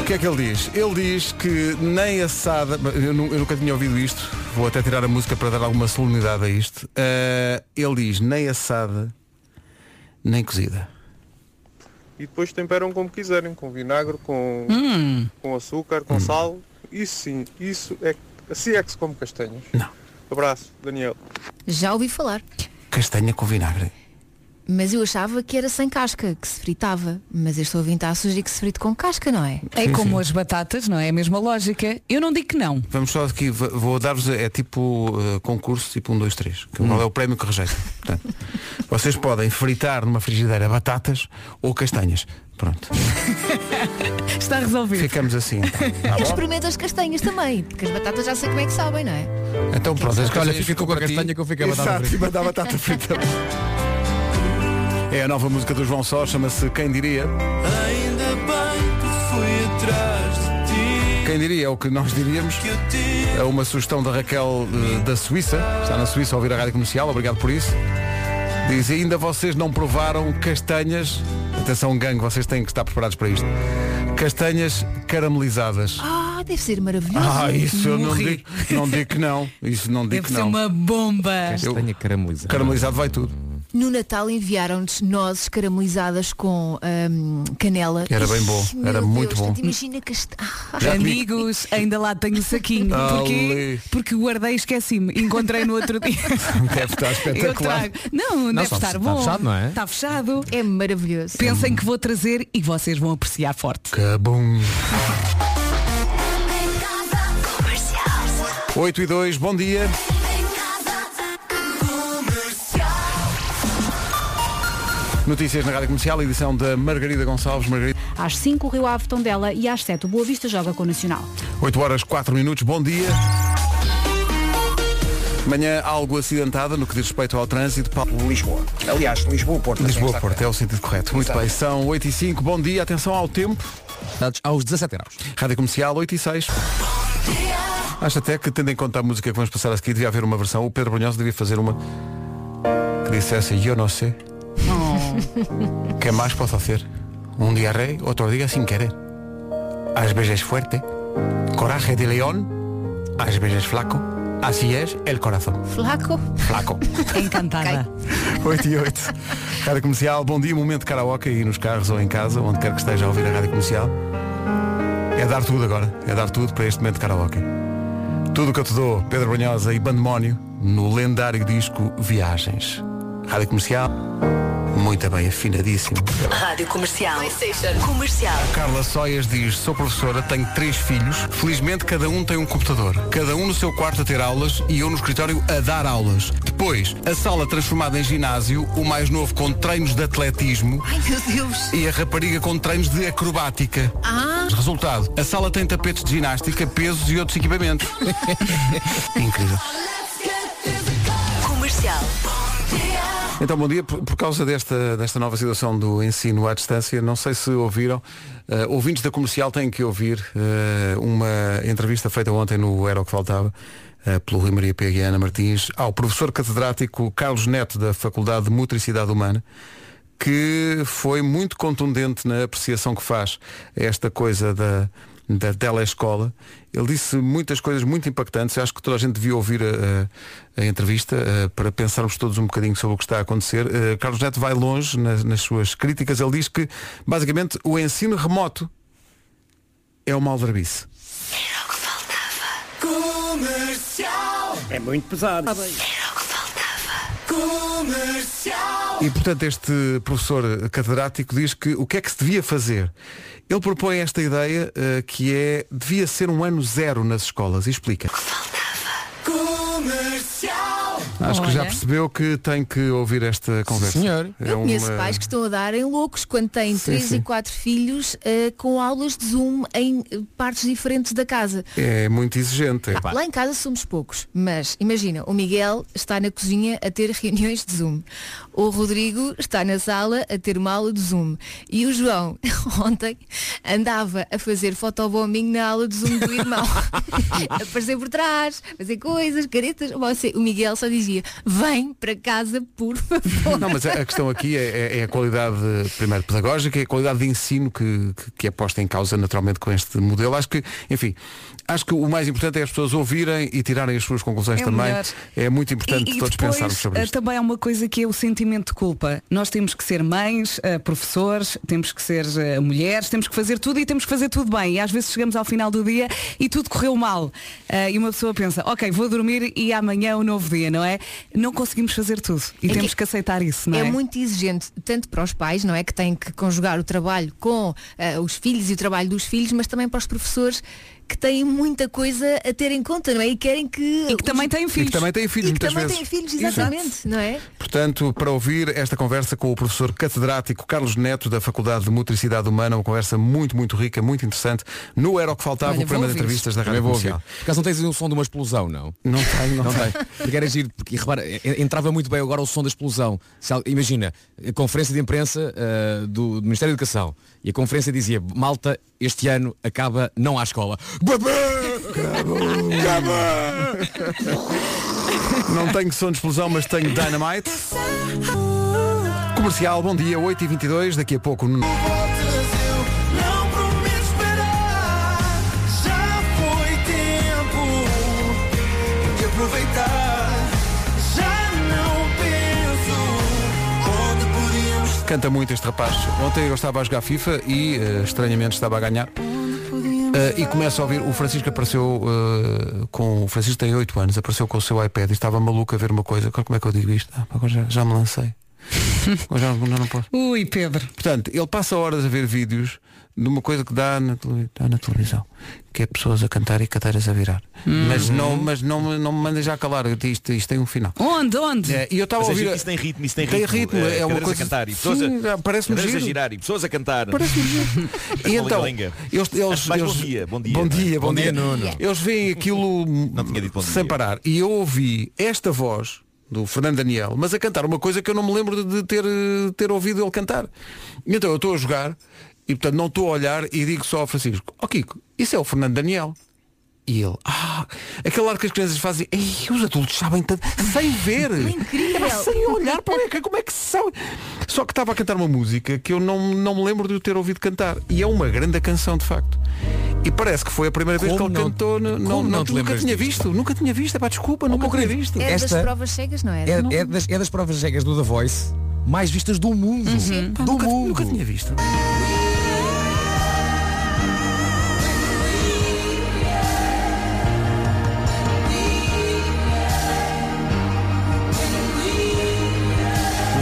B: O que é que ele diz? Ele diz que nem assada. Eu, nu- eu nunca tinha ouvido isto, vou até tirar a música para dar alguma solenidade a isto. Ah, ele diz nem assada, nem cozida.
K: e depois temperam como quiserem, com vinagre, com, com açúcar, com sal. Isso sim, isso é assim é que se come castanhas.
B: Não.
K: Abraço, Daniel.
E: Já ouvi falar.
B: Castanha com vinagre.
E: Mas eu achava que era sem casca, que se fritava. Mas este ouvinte está a sugerir que se frite com casca, não é?
D: É
B: Sim,
D: como
B: sim.
D: as batatas, não é? A mesma lógica. Eu não digo que não.
B: Vamos só aqui, v- vou dar-vos, é tipo eh, concurso, tipo 1, 2, 3, que qual é o prémio que rejeita. Portanto, vocês podem fritar numa frigideira batatas ou castanhas. Pronto,
D: Está resolvido.
B: ficamos assim. Então, Tá
E: Eu
B: bom?
E: experimento as castanhas também, porque as batatas já sei como é que sabem, não é?
B: Então pronto, as
F: Olha,
B: castanhas
F: fica tu com a
B: para ti.
F: castanha que eu fico a batata
B: Exato,
F: frita.
B: e manda a batata frita. É a nova música do João Só, chama-se Quem Diria.
J: Ainda bem que fui atrás de ti.
B: Quem diria é o que nós diríamos. É uma sugestão da Raquel eh, da Suíça. Está na Suíça a ouvir a rádio comercial, obrigado por isso. Diz, ainda vocês não provaram castanhas. Atenção gangue, vocês têm que estar preparados para isto. Castanhas caramelizadas.
E: Ah, deve ser maravilhoso.
B: Ah, isso eu não
E: Morri.
B: digo, não digo que não. Isso não digo
D: Deve
B: que
D: ser
B: não.
D: uma bomba.
F: Castanha caramelizada.
B: Caramelizado vai tudo.
E: No Natal enviaram-nos nozes caramelizadas com ahm, canela.
B: Era bem bom,
E: Ih, meu
B: era muito
E: Deus,
B: bom.
E: portanto, Imagina Ah, castanha.
B: Já comi-
D: Amigos, ainda lá tenho o saquinho. Porquê?
B: Ali.
D: Porque guardei e esqueci-me. Encontrei no outro dia.
B: Deve estar
D: Eu
B: espetacular.
D: trago. Não, deve
F: só-
D: estar
F: está
D: bom.
F: fechado, não é?
D: Está fechado.
E: É maravilhoso.
D: Pensem que vou trazer e vocês vão apreciar forte.
B: Cabum. 8 e 2, bom dia. Notícias na Rádio Comercial, edição da Margarida Gonçalves. Margarida.
L: Às 5 o Rio Ave Tondela e às 7 o Boa Vista joga com o Nacional.
B: 8 horas 4 minutos, bom dia. Manhã algo acidentada no que diz respeito ao trânsito. Lisboa.
C: Aliás, Lisboa-Porto.
B: Lisboa-Porto é o sentido correto. Muito bem, são 8 e 5, bom dia, atenção ao tempo.
F: Dados aos 17 graus.
B: Rádio Comercial 8 e 6. Acho até que, tendo em conta a música que vamos passar a seguir, devia haver uma versão. O Pedro Brunhosa devia fazer uma que dissesse Eu não sei. que mais posso hacer? Um dia rei, outro dia sem querer. Às vezes fuerte, coraje de león, às vezes flaco. Assim é el corazón.
E: Flaco.
B: Flaco.
D: Encantada.
B: 8 e 8. Rádio Comercial, bom dia, momento de karaoke aí nos carros ou em casa, onde quer que esteja a ouvir a Rádio Comercial. É dar tudo agora, é dar tudo para este momento de karaoke. Tudo o que eu te dou, Pedro Banhosa e Bandemónio, no lendário disco Viagens. Rádio Comercial, muito bem, afinadíssimo.
M: Rádio Comercial. Comercial.
B: Carla Soias diz, sou professora, tenho três filhos. Felizmente cada um tem um computador. Cada um no seu quarto a ter aulas e eu no escritório a dar aulas. Depois, a sala transformada em ginásio, o mais novo com treinos de atletismo.
E: Ai meu Deus.
B: E a rapariga com treinos de acrobática.
E: Ah.
B: Resultado, a sala tem tapetes de ginástica, pesos e outros equipamentos. Incrível.
M: Comercial.
B: Então, bom dia. Por, por causa desta, desta nova situação do ensino à distância, não sei se ouviram, eh, ouvintes da comercial têm que ouvir eh, uma entrevista feita ontem no Era o que Faltava, eh, pelo Rui Maria Pega e Ana Martins, ao professor catedrático Carlos Neto, da Faculdade de Motricidade Humana, que foi muito contundente na apreciação que faz a esta coisa da da telescola, ele disse muitas coisas muito impactantes, Eu acho que toda a gente devia ouvir a, a- a entrevista eh, para pensarmos todos um bocadinho sobre o que está a acontecer. Eh, Carlos Neto vai longe nas, nas suas críticas, ele diz que basicamente o ensino remoto é uma aldrabice.
J: Comercial.
B: É muito pesado.
J: Comercial.
B: E portanto este professor catedrático diz que o que é que se devia fazer? Ele propõe esta ideia eh, que é devia ser um ano zero nas escolas e explica.
J: Comercial.
B: Acho que já percebeu que tem que ouvir esta conversa. Senhor, é
E: Eu conheço pais que estão a darem loucos quando têm
B: Sim,
E: 3
B: sim.
E: e 4 filhos eh, com aulas de Zoom em eh, partes diferentes da casa.
B: é muito exigente.
E: Pá, Lá em casa somos poucos, mas imagina, o Miguel está na cozinha a ter reuniões de Zoom. O Rodrigo está na sala a ter uma aula de Zoom. E o João, ontem, andava a fazer fotobombing na aula de Zoom do irmão. Aparecer por trás, fazer coisas, caretas. Você- o Miguel só dizia, vem para casa, por favor.
B: Não, mas a a questão aqui é, é- é a qualidade, eh, primeiro, pedagógica, é a qualidade de ensino que, que- que é posta em causa naturalmente com este modelo. Acho que, enfim, acho que o mais importante é as pessoas ouvirem e tirarem as suas conclusões
D: É o
B: também.
D: melhor.
B: É muito importante
D: e, e
B: todos
D: depois
B: pensarmos sobre
D: eh,
B: isto.
D: também há uma coisa que é o sentimento de culpa. Nós temos que ser mães, eh, professores, temos que ser eh, mulheres, temos que fazer tudo e temos que fazer tudo bem. E às vezes chegamos ao final do dia e tudo correu mal. Eh, e uma pessoa pensa, ok, vou dormir e amanhã é um novo dia, não é? não conseguimos fazer tudo e
E: É
D: temos
E: que-
D: que aceitar isso, não é?
E: É muito exigente, tanto para os pais, não é? Que têm que conjugar o trabalho com eh, os filhos e o trabalho dos filhos, mas também para os professores que têm muita coisa a ter em conta, não é? E querem que. E que
D: também têm
B: filhos. também têm filhos,
E: E que
B: muitas
E: também
B: vezes.
E: têm filhos,
B: Exato.
E: exatamente, não é?
B: Portanto, para ouvir esta conversa com o professor catedrático Carlos Neto da Faculdade de Motricidade Humana, uma conversa muito, muito rica, muito interessante, no Era o que Faltava,
F: Olha,
B: o programa de
F: vou ouvir.
B: entrevistas da
F: Também
B: Rádio
F: vou ouvir.
B: Comercial.
F: Por acaso não tens aí o som de uma explosão, não?
B: Não tenho, não,
F: tem. Porque era giro, porque repara, e- entrava muito bem agora o som da explosão. Se al- imagina, a conferência de imprensa ah, do, do Ministério da Educação. E a conferência dizia, malta, este ano acaba não à escola.
B: Não tenho som de explosão, mas tenho Dynamite. Comercial, bom dia, 8h22, daqui a pouco... no-
J: Não prometo esperar, já foi tempo de aproveitar. Já não penso onde podíamos
B: Canta muito este rapaz. Ontem eu estava a jogar FIFA e eh, estranhamente estava a ganhar. Eh, e começo a ouvir, o Francisco apareceu eh, com. O Francisco tem 8 anos, apareceu com o seu iPad e estava maluco a ver uma coisa. Agora Como é que eu digo isto? Ah, agora já, já me lancei. Agora já, não- não posso.
D: Ui, Pedro.
B: Portanto, ele passa horas a ver vídeos de uma coisa que dá na, tele- dá na televisão, que é pessoas a cantar e cadeiras a virar.
D: Hum.
B: Mas não, mas não, me- não me mandem já calar, eu- isto, isto tem um final.
D: Onde, onde?
B: É, e eu estava a ouvir.
N: Isso tem ritmo, isso tem
B: Tem ritmo,
N: ritmo.
B: é
N: Eh,
B: uma
N: cadeiras
B: coisa-
N: a cantar e
B: Sim,
N: pessoas a,
B: parece-me
N: cadeiras
B: giro.
N: a girar e pessoas a cantar.
B: Parece-me giro. E então,
N: Linga.
B: eles, eles,
N: Antes de É mais,
B: eles-
N: bom dia, bom dia.
B: Bom dia, bom dia.
N: Nuno.
B: Eles veem aquilo sem parar. E eu ouvi esta voz do Fernando Daniel, mas a cantar uma coisa que eu não me lembro de- de ter, eh, ter ouvido ele cantar. E Então eu estou a jogar e portanto não estou a olhar e digo só ao Francisco, ó Kiko, isso é o Fernando Daniel. E ele, ah, aquele ar que as crianças fazem, Ei, os adultos sabem tanto, sem ver,
J: incrível.
B: É, mas sem olhar para onde é que- como é que se sabe. Só que estava a cantar uma música que eu não, não me lembro de o ter ouvido cantar. E é uma grande canção, de facto. E parece que foi a primeira vez que
F: Como
B: ele
F: não-
B: cantou. Não, não,
F: como não
B: não,
F: te
B: nunca
F: lembras
B: tinha
F: disto?
B: visto, nunca tinha visto. Epá, desculpa, nunca tinha visto.
E: Era É das provas cegas, não era? Não-
F: é, é das, é das provas cegas do The Voice mais vistas do mundo. Do mundo. Nunca tinha
B: visto.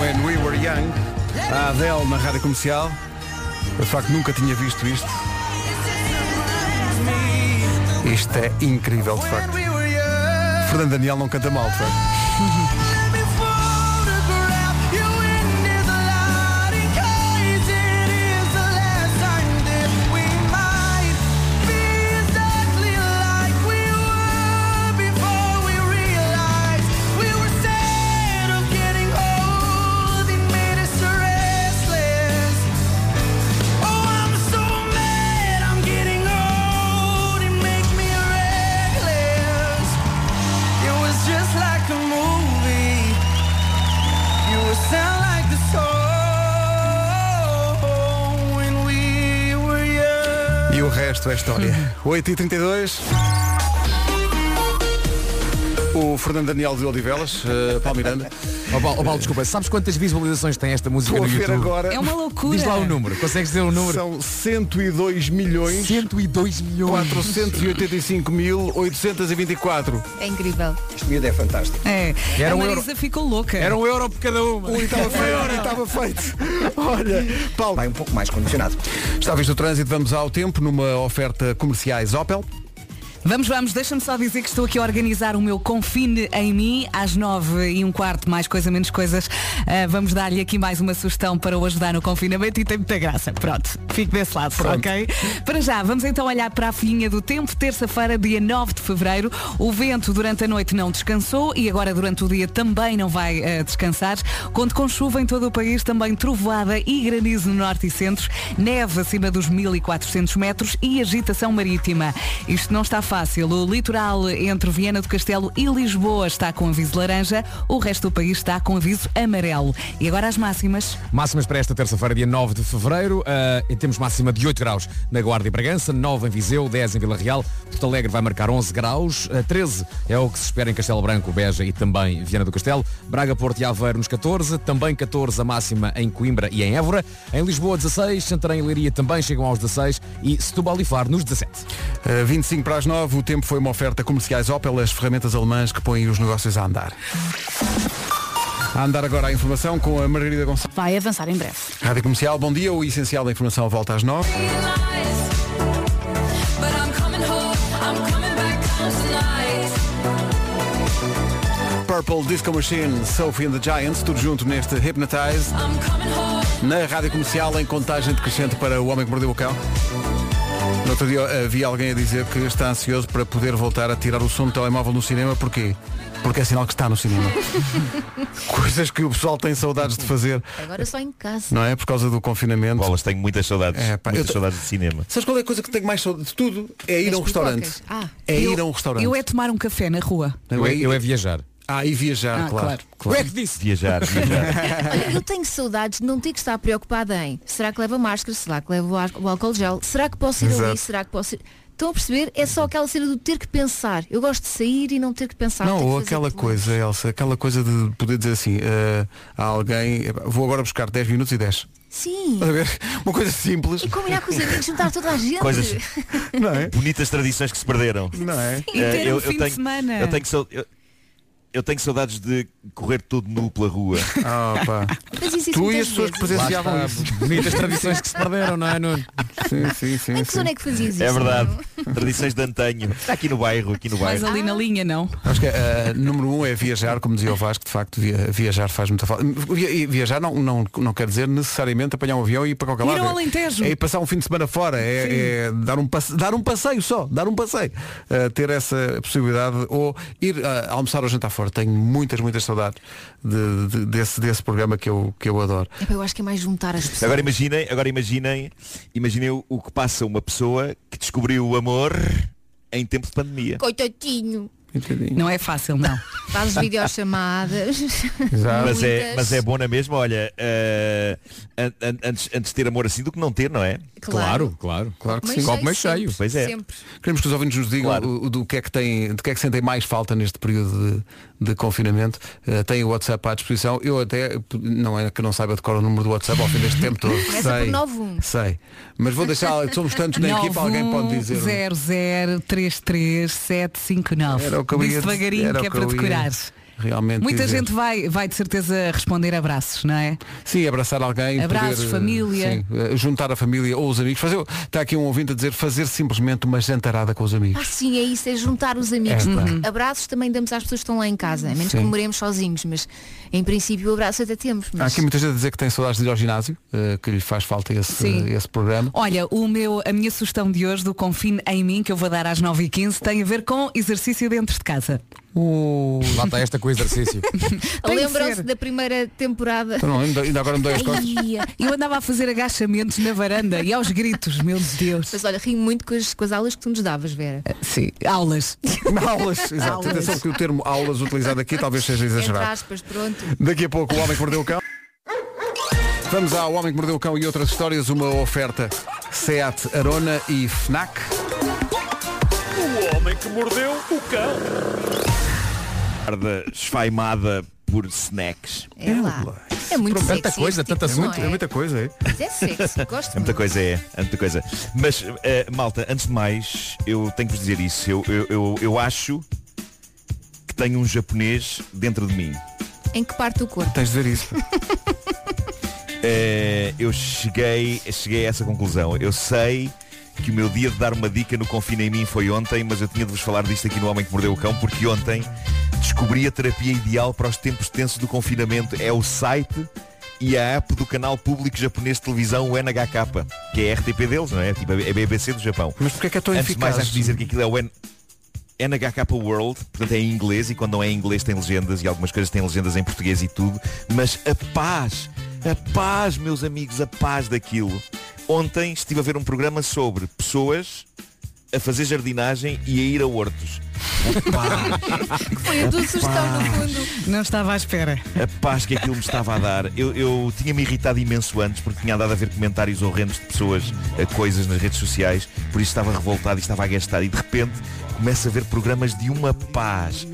B: When We Were Young, a Adele na rádio comercial. Eu de facto nunca tinha visto isto. Isto é incrível, de facto. Fernando Daniel não canta mal, de facto.
J: Just like a movie, you would sound like the song when we were young.
B: E o resto é história. 8h32. O Fernando Daniel de Olivelas, uh, Paulo Miranda.
F: Oh, Paulo, oh, Paulo, desculpa, sabes quantas visualizações tem esta música
B: Estou
F: no
B: a ver
F: YouTube?
B: agora. É uma loucura.
F: Diz lá o número, consegues dizer o um número?
B: São 102 milhões.
F: 102 milhões.
B: 485.824.
E: É incrível.
B: Este miúdo é fantástico.
D: É,
B: Era
D: a
B: um
D: Marisa ficou louca.
B: Era um euro
F: É por cada uma. É um
B: Ui, estava feio, estava feito. Olha, Paulo. Vai um pouco mais condicionado. Está visto o trânsito, vamos ao tempo numa oferta comerciais Opel.
D: Vamos, vamos, deixa-me só dizer que estou aqui a organizar o meu Confine em mim às nove e um quarto, mais coisa, menos coisas. Ah, vamos dar-lhe aqui mais uma sugestão para o ajudar no confinamento e tem muita graça. Pronto, fico desse lado, ok? Para já, vamos então olhar para a filhinha do tempo, terça-feira, dia 9 de fevereiro. O vento durante a noite não descansou e agora durante o dia também não vai ah, descansar. Conto com chuva em todo o país, também trovoada e granizo no norte e centro, neve acima dos 1400 metros e agitação marítima. Isto não está fácil. O litoral entre Viena do Castelo e Lisboa está com aviso laranja, o resto do país está com aviso amarelo. E agora as máximas.
F: Máximas para esta terça-feira, dia 9 de fevereiro. Ah, e temos máxima de 8 graus na Guarda e Bragança, 9 em Viseu, 10 em Vila Real. Porto Alegre vai marcar 11 graus. Ah, 13 é o que se espera em Castelo Branco, Beja e também Viana do Castelo. Braga, Porto e Aveiro nos 14. Também 14 a máxima em Coimbra e em Évora. Em Lisboa, 16. Santarém e Leiria também chegam aos 16. E Setúbal e Faro nos 17.
B: Uh, 25 para as 9. 9, o tempo foi uma oferta comerciais Opel, as ferramentas alemãs que põem os negócios a andar. A andar agora a informação com a Margarida Gonçalves.
L: Vai avançar em breve.
B: Rádio Comercial, bom dia. O essencial da informação volta às 9. Purple Disco Machine, Sophie and the Giants, tudo junto neste Hypnotize. Na rádio comercial, em contagem decrescente para o Homem que Mordeu o Cão. No outro dia havia alguém a dizer que está ansioso para poder voltar a tirar o som do telemóvel no cinema, porquê? Porque é sinal que está no cinema. Coisas que o pessoal tem saudades de fazer,
E: Agora só em casa.
B: não é? Por causa do confinamento.
N: Bolas, tenho muitas saudades.
B: É, pá,
N: muitas
B: eu tô-
N: saudades de cinema.
B: Sabes qual é a coisa que tenho mais saudade de tudo? É ir a um
D: As pipocas.
B: restaurante.
D: Ah.
B: É ir
D: Eu-
B: a um restaurante.
D: Eu é tomar um café na rua.
B: Eu é- eu é
F: viajar.
B: Ah, e viajar,
D: Ah,
B: claro.
D: claro.
B: claro.
D: O é que disse?
N: Viajar, viajar.
E: Olha, eu tenho saudades de não ter que estar preocupada em será que levo a máscara, será que levo o ar- o álcool gel, será que posso ir
B: Exato.
E: ali, será que posso ir... Estão a perceber? É só aquela cena do ter que pensar. Eu gosto de sair e não ter que pensar.
B: Não,
E: ter Tá, que
B: ou
E: fazer
B: aquela
E: tudo.
B: coisa, Elsa, aquela coisa de poder dizer assim eh, a alguém, "Epá, vou agora buscar 10 minutos e 10.
E: Sim.
B: Estás a ver? Uma coisa simples.
E: E combinar com os amigos, juntar toda a gente.
N: Coisas
B: não é?
N: bonitas tradições que se perderam.
B: Não é?
N: Eh,
D: um
N: Eu tenho, sau- eu- eu tenho saudades de correr todo nu pela rua.
E: Mas isso
B: Ah, Tu e
E: muitas
B: as pessoas que
E: vezes.
B: presenciavam
N: Lá
B: isso.
N: está,
F: bonitas tradições que se perderam, não é, Nuno?
B: Sim, sim, sim.
E: Em que zona é que fazias isso?
N: É verdade. Tradições de antanho. Está aqui no bairro, aqui no
D: Mas
N: bairro.
D: ali
L: Ah.
D: na linha, não.
B: Acho que eh, número um é viajar, como dizia o Vasco, de facto, via- viajar faz muita falta. Vi- e Viajar não, não, não quer dizer necessariamente apanhar um avião e ir para qualquer
D: Ir
B: lado.
D: ao Alentejo.
B: É ir passar um fim de semana fora, é, é dar, um passe- dar um passeio só, dar um passeio. Eh, ter essa possibilidade ou ir ah, almoçar ou jantar fora. Tenho muitas, muitas saudades de- de- desse, desse programa que eu, que eu adoro.
E: Epá, Eu acho que é mais juntar as pessoas.
N: Agora imaginem, agora imaginem, imaginem o, o que passa uma pessoa que descobriu o amor em tempo de pandemia.
E: Coitadinho.
D: Não é fácil, não.
E: Fazes videochamadas.
N: Mas é,
E: Muitas.
N: mas é bom na mesma, olha, eh, an- an- antes, antes de ter amor assim do que não ter, não é?
E: Claro.
F: claro.
B: Claro que
N: Mas
B: sim.
N: sei Copo meio sempre, cheio. Pois é. sempre.
B: Queremos que os ouvintes nos digam o- o do que é que têm, de que é que sentem mais falta neste período de, de confinamento. Eh, tem o WhatsApp à disposição. Eu até, não é que não saiba decorar o número do WhatsApp ao fim deste tempo todo.
E: Começa por
B: sei,
E: 91.
B: sei. Mas vou deixar, somos tantos na equipa, alguém pode dizer. é?
D: um 0033759.
B: Era o que eu
D: Diz
B: ia-
D: devagarinho
B: era
D: que
B: o
D: é
B: eu
D: para
B: ia
D: decorar.
B: Realmente.
D: Muita
B: dizer.
D: gente vai, vai de certeza responder abraços, não é?
B: Sim, abraçar alguém.
D: Abraços,
B: poder, eh,
D: família.
B: sim, eh, juntar a família ou os amigos. Fazer, está aqui um ouvinte a dizer fazer simplesmente uma jantarada com os amigos.
E: Ah, sim, é isso, é juntar os amigos.
B: Epá.
E: porque Abraços também damos às pessoas que estão lá em casa, a menos
B: Sim.
E: que moremos sozinhos, mas em princípio o abraço até temos.
B: Há
E: Mas...
B: aqui muita gente a dizer que tem saudades de ir ao ginásio, eh, que lhe faz falta esse,
D: Sim.
B: esse programa.
D: Olha, o meu, a minha sugestão de hoje do Confine em mim, que eu vou dar às 9h15, tem a ver com exercício dentro de casa.
F: Lá está esta com o exercício.
D: Tem que
E: Lembram-se
D: ser.
E: da primeira temporada.
B: Então, não, ainda, ainda agora me dói as costas.
D: Ai, Eu andava a fazer agachamentos na varanda e aos gritos, meu Deus.
E: Mas olha, rio muito com as, com as aulas que tu nos davas, Vera.
B: Eh,
D: Sim, aulas.
B: Aulas, exato.
E: Aulas.
B: Atenção que o termo aulas utilizado aqui talvez seja
E: Entre
B: exagerado.
E: aspas, pronto.
B: Daqui a pouco o Homem que Mordeu o Cão. Vamos ao Homem que Mordeu o Cão e outras histórias, uma oferta SEAT Arona e FNAC.
N: O homem que mordeu o cão. Guarda esfaimada por snacks.
E: É lá. É muito sexy. este tipo, não é?
B: coisa, é?
E: Mas é sexy, gosto
N: É muita
E: muito.
N: coisa, é, é muita coisa. Mas, eh, malta, antes de mais, eu tenho que vos dizer isso. Eu, eu, eu, eu acho que tenho um japonês dentro de mim.
E: Em que parte do corpo?
B: Tens de ver isso.
N: Eh, eu cheguei, cheguei a essa conclusão. Eu sei que o meu dia de dar uma dica no Confina em mmim foi ontem, mas eu tinha de vos falar disto aqui no Homem que Mordeu o Cão, porque ontem descobri a terapia ideal para os tempos tensos do confinamento. É o site e a app do canal público japonês de televisão, o NHK, que é a RTP deles, não é? Tipo, é a BBC do Japão.
B: Mas porque é que é tão
N: Antes de mais,
B: eficaz?
N: antes de dizer que aquilo é o N... NHK World, portanto é em inglês e quando não é em inglês tem legendas e algumas coisas têm legendas em português e tudo, mas a paz, a paz, meus amigos, a paz daquilo. Ontem estive a ver um programa sobre pessoas a fazer jardinagem e a ir a hortos.
D: Foi
N: a tua sugestão, no
D: fundo. Não estava à espera.
N: A paz que aquilo me estava a dar. Eu, eu tinha-me irritado imenso antes porque tinha andado a ver comentários horrendos de pessoas a coisas nas redes sociais, por isso estava revoltado e estava a gastar. E de repente começo a ver programas de uma paz.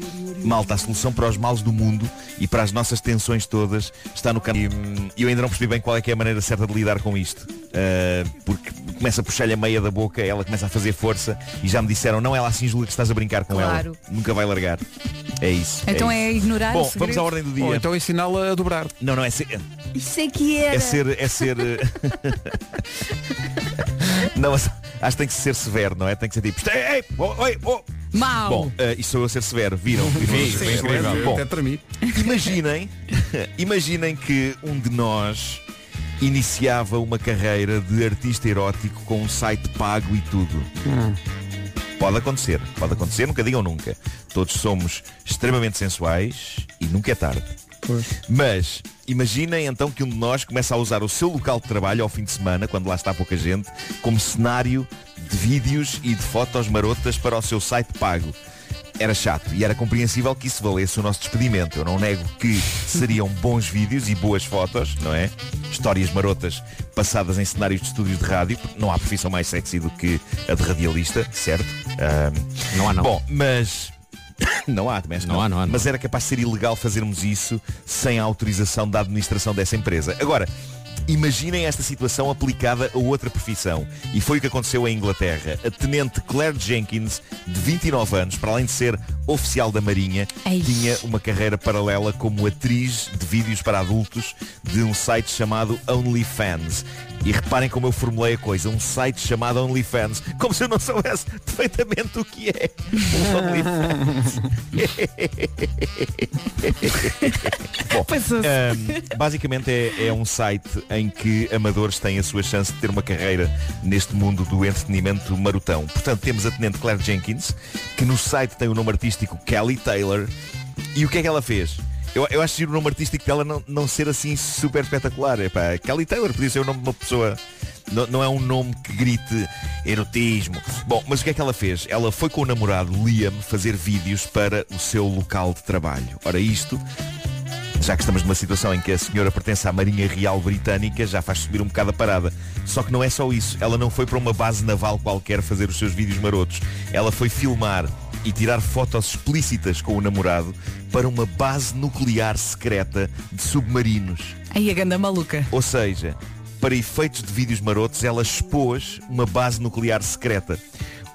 N: Malta, a solução para os males do mundo e para as nossas tensões todas está no caminho. E hum, eu ainda não percebi bem qual é que é a maneira certa de lidar com isto. Ah, porque começa a puxar-lhe a meia da boca, ela começa a fazer força e já me disseram, não, ela assim julga que estás a brincar com
D: Claro.
N: ela. Nunca vai largar. É isso.
D: Então
N: é, isso.
D: é ignorar o
N: Bom,
D: segredo?
N: vamos à ordem do dia.
B: Ou então ensiná-la a dobrar.
N: Não, não, é ser.
I: Isso é que era.
N: É ser. É ser eh, não, mas acho que tem que ser severo, não é? Tem que ser tipo. "Isto é- Ei, oh, ei, oh."
D: Mau.
N: Bom, eh, isto sou eu a ser severo, viram? viram
B: Sim, é
N: Foi
B: sim,
N: incrível.
B: sim.
N: Bom,
B: Até para mim.
N: Imaginem, imaginem que um de nós iniciava uma carreira de artista erótico com um site pago e tudo.
B: Hum.
N: Pode acontecer, pode acontecer, nunca digam nunca. Todos somos extremamente sensuais e nunca é tarde. Mas imaginem então que um de nós começa a usar o seu local de trabalho ao fim de semana, quando lá está pouca gente, como cenário de vídeos e de fotos marotas para o seu site pago. Era chato e era compreensível que isso valesse o nosso despedimento. Eu não nego que seriam bons vídeos e boas fotos, não é? Histórias marotas passadas em cenários de estúdios de rádio, porque não há profissão mais sexy do que a de radialista, certo? não há não. Bom, mas não há, também acho que não, há, não há. Mas era capaz de ser ilegal fazermos isso sem a autorização da administração dessa empresa. Agora, imaginem esta situação aplicada a outra profissão. E foi o que aconteceu em Inglaterra. A tenente Claire Jenkins, de 29 anos, para além de ser oficial da Marinha,
O: Ei.
N: tinha uma carreira paralela como atriz de vídeos para adultos de um site chamado OnlyFans. E reparem como eu formulei a coisa, um site chamado OnlyFans, como se eu não soubesse perfeitamente o que é. Um OnlyFans. Bom,
D: é.
B: é.
N: ahm, basicamente é, é um site em que amadores têm a sua chance de ter uma carreira neste mundo do entretenimento marotão. Portanto, temos a Tenente Claire Jenkins, que no site tem o nome artístico Kelly Taylor. E o que é que ela fez? Eu, eu acho que o nome artístico dela não, não ser assim super espetacular. Epá, Kelly Taylor podia ser o nome de uma pessoa. Não, não é um nome que grite erotismo. Bom, mas o que é que ela fez? Ela foi com o namorado Liam fazer vídeos para o seu local de trabalho. Ora, isto já que estamos numa situação em que a senhora pertence à Marinha Real Britânica, já faz subir um bocado a parada. Só que não é só isso. Ela não foi para uma base naval qualquer fazer os seus vídeos marotos. Ela foi filmar e tirar fotos explícitas com o namorado para uma base nuclear secreta de submarinos.
D: Aí a ganda maluca.
N: Ou seja, para efeitos de vídeos marotos, ela expôs uma base nuclear secreta.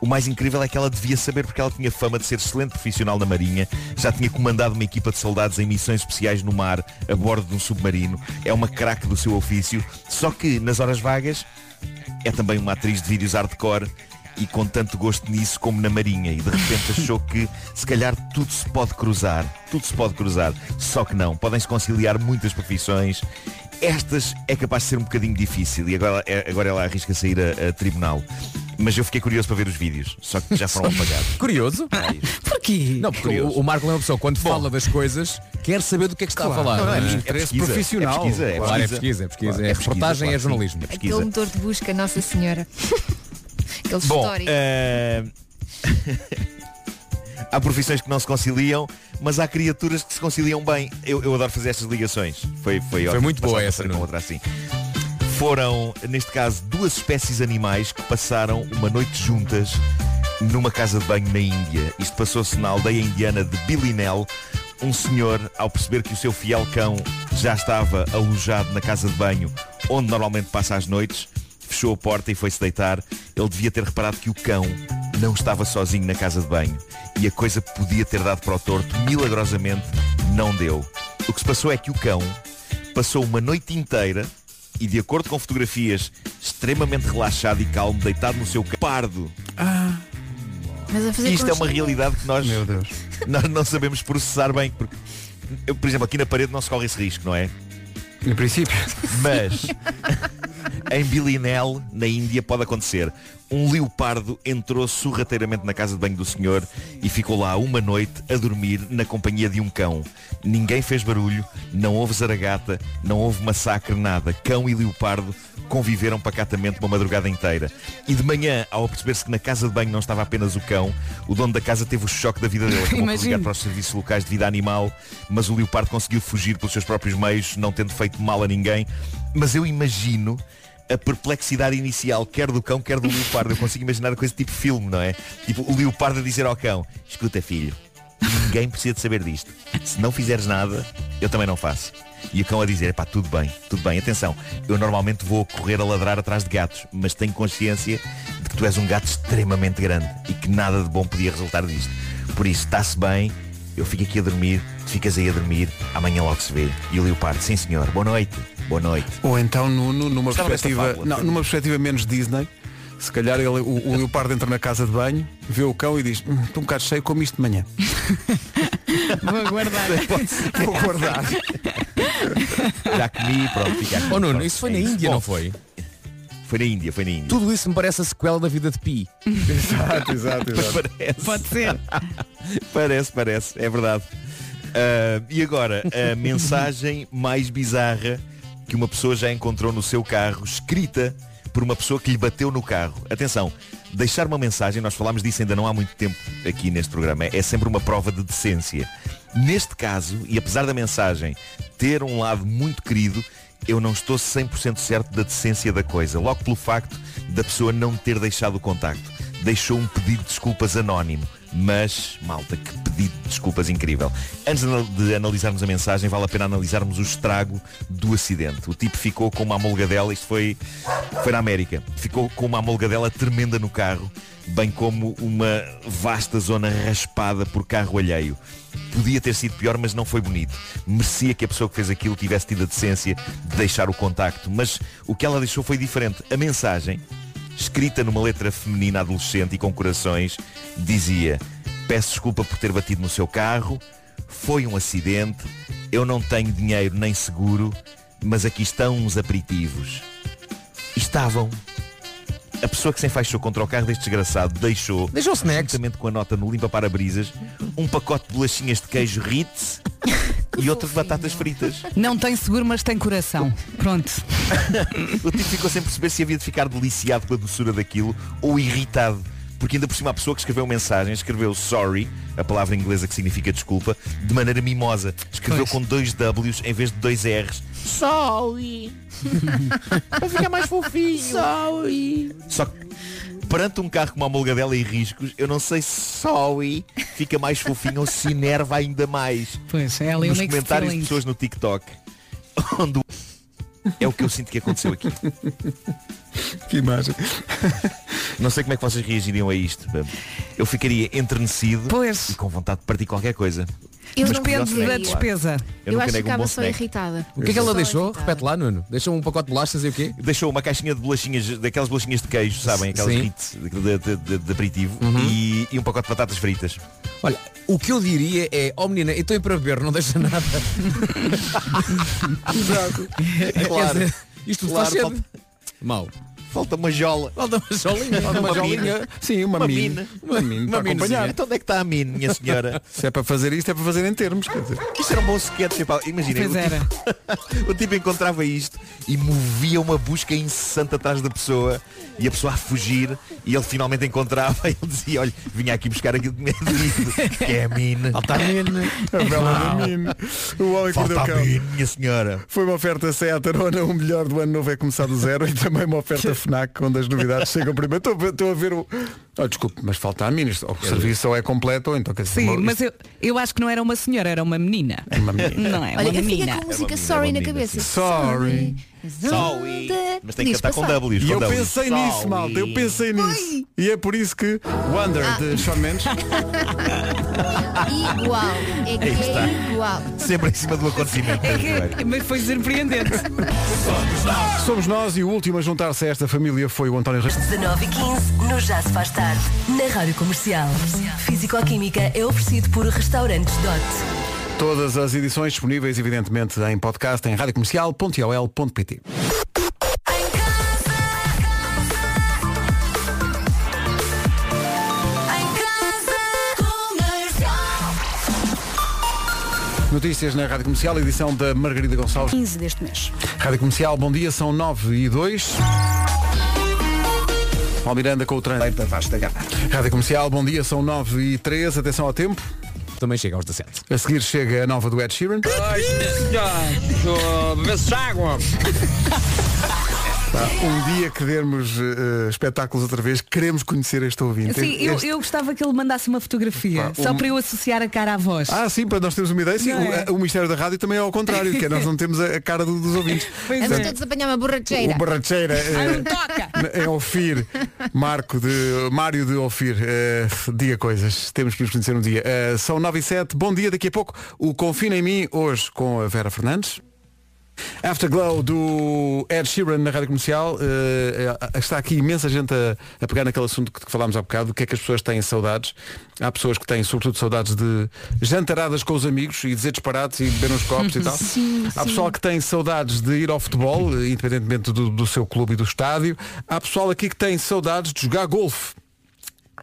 N: O mais incrível é que ela devia saber porque ela tinha fama de ser excelente profissional na Marinha, já tinha comandado uma equipa de soldados em missões especiais no mar, a bordo de um submarino, é uma craque do seu ofício, só que nas horas vagas é também uma atriz de vídeos hardcore e com tanto gosto nisso como na Marinha e de repente achou que se calhar tudo se pode cruzar, tudo se pode cruzar, só que não, podem-se conciliar muitas profissões. Estas é capaz de ser um bocadinho difícil e agora, é- agora ela arrisca sair a, a tribunal. Mas eu fiquei curioso para ver os vídeos, só que já foram apagados.
F: Curioso?
D: Porquê?
F: É Não, porque o,
N: Curioso.
F: o Marco é uma pessoa, quando fala das coisas, quer saber do que é que está a
N: Claro.
F: falar.
N: Não, é
F: Hum.
N: interesse É pesquisa, profissional. é pesquisa, é
F: Claro, é
N: pesquisa.
F: pesquisa, é pesquisa.
N: Claro,
F: É
N: é pesquisa,
F: reportagem,
N: claro,
F: é
N: sim.
F: jornalismo.
E: Aquele motor de busca, Nossa Senhora. Aqueles
N: Bom,
E: históricos.
N: eh, há profissões que não se conciliam, mas há criaturas que se conciliam bem. Eu, eu adoro fazer estas ligações. Foi, foi, ótimo.
F: muito boa
N: Passar uma
F: essa,
N: coisa com outra assim. Foram, neste caso, duas espécies animais que passaram uma noite juntas numa casa de banho na Índia. Isto passou-se na aldeia indiana de Bilinel. Um senhor, ao perceber que o seu fiel cão já estava alojado na casa de banho, onde normalmente passa as noites, fechou a porta e foi-se deitar. Ele devia ter reparado que o cão não estava sozinho na casa de banho. E a coisa podia ter dado para o torto, milagrosamente não deu. O que se passou é que o cão passou uma noite inteira e, de acordo com fotografias, extremamente relaxado e calmo, deitado no seu ca- pardo.
E: Mas a fazer
N: Isto é uma
E: constante.
N: realidade que nós, nós não sabemos processar bem. Porque, eu, por exemplo, aqui na parede não se corre esse risco, não é?
B: Em princípio.
N: Mas em Bilinel, na Índia, pode acontecer. Um leopardo entrou sorrateiramente na casa de banho do senhor e ficou lá uma noite a dormir na companhia de um cão. Ninguém fez barulho, não houve zaragata, não houve massacre, nada. Cão e leopardo conviveram pacatamente uma madrugada inteira. E de manhã, ao perceber-se que na casa de banho não estava apenas o cão, o dono da casa teve o choque da vida dele. Acabou por
D: Imagino.
N: ligar para os serviços locais de vida animal, mas o leopardo conseguiu fugir pelos seus próprios meios, não tendo feito mal a ninguém. Mas eu imagino a perplexidade inicial, quer do cão, quer do leopardo. Eu consigo imaginar a coisa tipo filme, não é? Tipo, o leopardo a dizer ao cão, escuta filho, Ninguém precisa de saber disto. Se não fizeres nada, eu também não faço. E o cão a dizer, pá, tudo bem, tudo bem. Atenção, eu normalmente vou correr a ladrar atrás de gatos, mas tenho consciência de que tu és um gato extremamente grande e que nada de bom podia resultar disto. Por isso, está-se bem, eu fico aqui a dormir, tu ficas aí a dormir, amanhã logo se vê. E o leopardo, sim senhor, boa noite, boa noite.
B: Ou então Nuno, numa
N: Gostava desta
B: perspectiva,
N: fábula,
B: não,
N: Pedro.
B: numa perspectiva menos Disney, se calhar ele, o, o leopardo entra na casa de banho, vê o cão e diz, "Hum, estou um bocado cheio, como isto de manhã.
D: Vou aguardar.
B: Vou guardar.
N: Já comi, pronto, fica aqui.
F: Oh, Nuno,
N: Pronto,
F: isso foi
N: é
F: na Índia,
N: Bom,
F: não foi?
N: Foi na Índia, foi na Índia.
F: Tudo isso me parece a sequela da vida de Pi.
B: exato, exato,
N: Pois parece.
D: Pode ser.
N: parece, parece, é verdade. Ah, e agora, a mensagem mais bizarra que uma pessoa já encontrou no seu carro, escrita por uma pessoa que lhe bateu no carro. Atenção, deixar uma mensagem, nós falámos disso ainda não há muito tempo aqui neste programa, é sempre uma prova de decência. Neste caso, e apesar da mensagem ter um lado muito querido, eu não estou 100% certo da decência da coisa, logo pelo facto da pessoa não ter deixado o contacto. Deixou um pedido de desculpas anónimo, mas, malta, que pedido de desculpas incrível. Antes de anal- de analisarmos a mensagem, vale a pena analisarmos o estrago do acidente. O tipo ficou com uma amolgadela, isto foi, foi na América, ficou com uma amolgadela tremenda no carro, bem como uma vasta zona raspada por carro alheio. Podia ter sido pior, mas não foi bonito. Merecia que a pessoa que fez aquilo tivesse tido a decência de deixar o contacto. Mas o que ela deixou foi diferente. A mensagem, escrita numa letra feminina adolescente e com corações, dizia Peço desculpa por ter batido no seu carro, foi um acidente, eu não tenho dinheiro nem seguro, mas aqui estão uns aperitivos. E estavam. A pessoa que se enfaixou contra o carro deste desgraçado deixou,
F: deixou snacks.
N: juntamente com a nota no limpa-parabrisas, um pacote de bolachinhas de queijo Ritz e outro de batatas fritas.
D: Não tem seguro, mas tem coração. Pronto.
N: o tipo ficou sem perceber se havia de ficar deliciado com a doçura daquilo ou irritado. Porque ainda por cima a pessoa que escreveu mensagem escreveu sorry, a palavra inglesa que significa desculpa, de maneira mimosa. Escreveu com dois W's em vez de dois R's.
J: Sorry. Para ficar mais fofinho. Sorry.
N: Só que perante um carro com uma molgadela e riscos, eu não sei se sorry fica mais fofinho ou se enerva ainda mais.
D: Pois, é ali um
N: Nos
D: mixed
N: comentários de
D: feelings.
N: pessoas no TikTok, onde o- é o que eu sinto que aconteceu aqui.
B: Que imagem.
N: Não sei como é que vocês reagiriam a isto. Eu ficaria entrenecido
D: pois.
N: e com vontade de partir qualquer coisa.
E: Eu
N: Mas
E: não
N: pior
E: pedi.
N: snack,
E: da
N: claro.
D: despesa.
N: Eu,
E: Eu
N: nunca
E: acho que
N: nego um bom
E: ficava só
N: snack.
E: irritada.
F: O que é que ela
E: Só
F: deixou?
E: irritada.
F: Repete lá, Nuno. Deixou um pacote de bolachas e o quê?
N: Deixou uma caixinha de bolachinhas, daquelas bolachinhas de queijo, sabem? Aquelas
F: Sim. Uhum.
N: Ritz de, de- de- de- de aperitivo e, e um pacote de batatas fritas.
F: Olha, o que eu diria é, oh menina, eu estou aí para beber, não deixa nada.
N: Exato. Claro.
F: É, Quer dizer, isto
N: Claro,
F: faz
N: falta-
F: falta... Mal.
N: Falta uma jola.
F: Falta uma jolinha.
N: Falta uma mina.
B: Sim, uma,
N: Uma
B: mina.
N: mina.
B: Uma mina para
N: Uma minazinha.
B: acompanhar.
N: Então onde é que está a mina, minha senhora?
B: Se é para fazer isto, é para fazer em termos. Quer dizer.
N: Isto era um bom sketch. pá. Imaginem,
D: Pois
N: o, tipo, o tipo encontrava isto e movia uma busca incessante atrás da pessoa e a pessoa a fugir e ele finalmente encontrava e ele dizia, olha, vinha aqui buscar aquilo que me tinha dito, que é a mina.
F: Falta a mina.
B: A bela da
N: Não.
B: mina. O homem que
N: Falta
B: mordeu o
N: a
B: cão.
N: mina, minha senhora.
B: Foi uma oferta Seat Arona, o melhor do ano novo é começar do zero e também uma oferta FNAC, onde as novidades chegam primeiro. Estou a- Estou a ver o... Oh, desculpe, mas falta a mim. isto- O serviço ou é completo ou então... Quer dizer,
D: Sim,
B: uma-
D: mas eu, eu acho que não era uma senhora, era uma menina.
B: É uma menina.
D: Não
E: Olha,
D: é? uma
E: eu fico
D: menina.
E: com a música
N: menina, é
E: Sorry
N: uma
E: na
N: menina,
E: cabeça.
N: sim.
B: Sorry.
N: Sorry. Mas tem que
E: Diz
N: cantar com
E: passar.
N: W's.
B: E
N: com
B: eu
N: W's.
B: pensei nisso, malta, eu pensei nisso. E é por isso que Wonder de Shawn Mendes.
E: Igual. É
N: Aí
E: que
N: está.
E: é igual.
N: Sempre em cima do acontecimento.
D: É que- mas foi surpreendente.
B: Somos nós e o último a juntar-se a esta família foi o António Reis.
M: 19 e 15 no Já se faz tarde, na Rádio Comercial. Físico-Química é oferecido por Restaurantes Dot.
B: Todas as edições disponíveis, evidentemente, em podcast em radiocomercial.ol.pt Notícias na Rádio Comercial, edição da Margarida Gonçalves.
L: 15 deste mês.
B: Rádio Comercial, bom dia, são 9 e 2. Paulo Miranda com o trânsito. Rádio Comercial, bom dia, são 9 e 3, atenção ao tempo.
F: Também chega aos 17.
B: A seguir chega a nova do Ed Sheeran.
J: Vê-se água.
B: Pá, um dia que dermos eh, espetáculos outra vez, queremos conhecer este ouvinte.
D: Sim, eu,
B: Este-
D: eu gostava que ele mandasse uma
B: Pá,
D: fotografia, só
B: um-
D: para eu associar a cara à voz.
B: Ah, sim, para nós termos uma ideia, sim,
D: Não
B: o, eh,
D: é?
B: o mistério da rádio também é ao contrário, que é nós não temos a, a cara do- dos ouvintes.
E: Vamos
N: é.
B: Portanto,
E: todos apanhar uma borracheira.
B: O borracheira
E: Ai,
B: eh,
E: não toca.
B: em Ofir, Marco de Mário de Ofir, eh, diga coisas, temos que nos conhecer um dia. Eh, são 9 e 7, bom dia, daqui a pouco o Confina em mim, hoje com a Vera Fernandes. Afterglow do Ed Sheeran na rádio comercial. Eh, eh, está aqui imensa gente a, a pegar naquele assunto que, que falámos há bocado. O que é que as pessoas têm saudades? Há pessoas que têm, sobretudo, saudades de jantaradas com os amigos e dizer disparates e beber uns copos e tal.
O: Sim,
B: Há
O: sim.
B: pessoal que tem saudades de ir ao futebol, eh, independentemente do, do seu clube e do estádio. Há pessoal aqui que tem saudades de jogar golfe.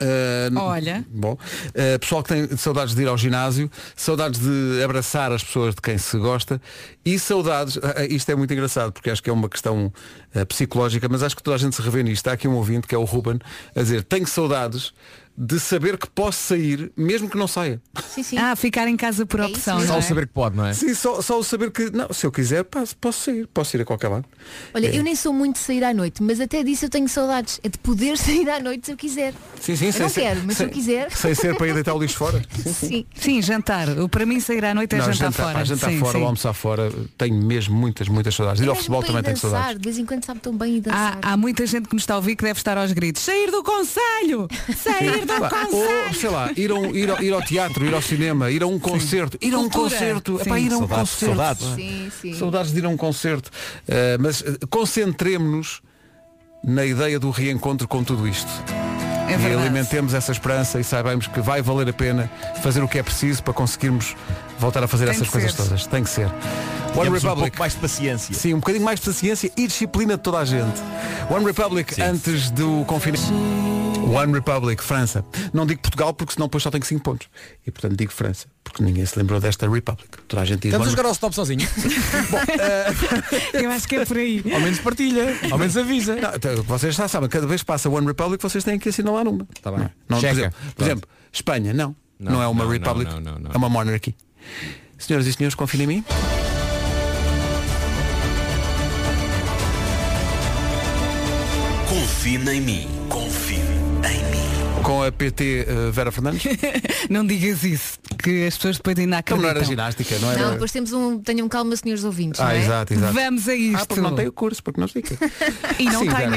B: Eh, n-
D: Olha.
B: Bom, eh, pessoal que tem saudades de ir ao ginásio, saudades de abraçar as pessoas de quem se gosta e saudades, ah, ah, isto é muito engraçado porque acho que é uma questão ah, psicológica, mas acho que toda a gente se revê nisto. Há aqui um ouvinte que é o Ruben a dizer, tenho saudades de saber que posso sair mesmo que não saia.
D: Ah, ficar em casa por opção.
B: mesmo.
D: não
B: Só o
D: é?
B: saber que pode, Sim, só, só o saber que, não, se eu quiser, passo- posso sair, posso ir a qualquer lado.
E: Olha,
B: É.
E: eu nem sou muito de sair à noite, mas até disso eu tenho saudades. É de poder sair à noite se eu quiser.
B: Sim, sim,
E: eu
B: sem
E: não
B: ser-
E: quero, mas se eu
B: sem-
E: quiser.
B: Sem ser para ir deitar o lixo fora.
E: Sim.
D: Sim, jantar. O- Para mim sair à noite é jantar, fora.
B: pá, jantar
D: Sim,
B: fora
D: sim.
B: ou almoçar fora, tenho mesmo muitas, muitas saudades. Ir ao futebol
E: Para
B: também
E: ir
B: tenho
E: dançar,
B: saudades.
E: de vez em quando sabe tão bem ir dançar.
D: Há, há muita gente que nos está a ouvir que deve estar aos gritos. Sair do conselho! Sair do
B: Pá,
D: conselho!
B: ou sei lá, ir, a um- ir ao, ir ao teatro, ir ao cinema, ir a um concerto, ir a um
D: Cultura.
B: concerto, é
D: Sim.
B: pá, ir a um
D: Saudades,
B: concerto.
D: saudades.
B: pá.
D: Sim, sim.
B: Saudades de ir a um concerto. Uh, mas uh, concentremos-nos na ideia do reencontro com tudo isto.
D: É
B: e
D: verdade.
B: alimentemos essa esperança e saibamos que vai valer a pena fazer o que é preciso para conseguirmos voltar a fazer
N: Tem
B: essas
N: que
B: coisas
N: ser.
B: todas. Tem que ser. One
N: Tínhamos um
B: Republic.
N: pouco mais de paciência.
B: Sim, um bocadinho mais de paciência e disciplina de toda a gente. One Republic antes do confinamento. One Republic, França. Não digo Portugal porque senão depois só tenho 5 pontos. E portanto digo França, porque ninguém se lembrou desta Republic. Toda a gente diz
F: Estamos a
B: One
F: jogar ao stop sozinho.
D: Eu acho que é por aí.
F: Ao menos partilha, ao menos avisa.
B: Não, então, vocês já sabem, cada vez que passa One Republic vocês têm que assinalar uma. Está bem. Não, por
F: Tá Checa.
B: exemplo, por
F: Pronto.
B: exemplo, Espanha, não. Não,
F: Não,
B: é uma
F: não, não,
B: Republic,
F: não, não, não.
B: é uma Monarchy. Senhoras e senhores, confiem em mim.
P: Confina em mim. Confina em mim.
B: Com a PT eh, Vera Fernandes.
D: Não digas isso, que as pessoas depois ainda
B: Como Então não
D: acreditam.
F: Então.
B: era ginástica, não era.
E: Não, depois temos um. Tenham calma, senhores ouvintes.
B: Ah,
E: não é?
B: exato, exato.
D: Vamos a isto.
B: Ah, porque não tem o curso, porque não fica.
D: E não
B: Sim,
D: tem,
B: Vera.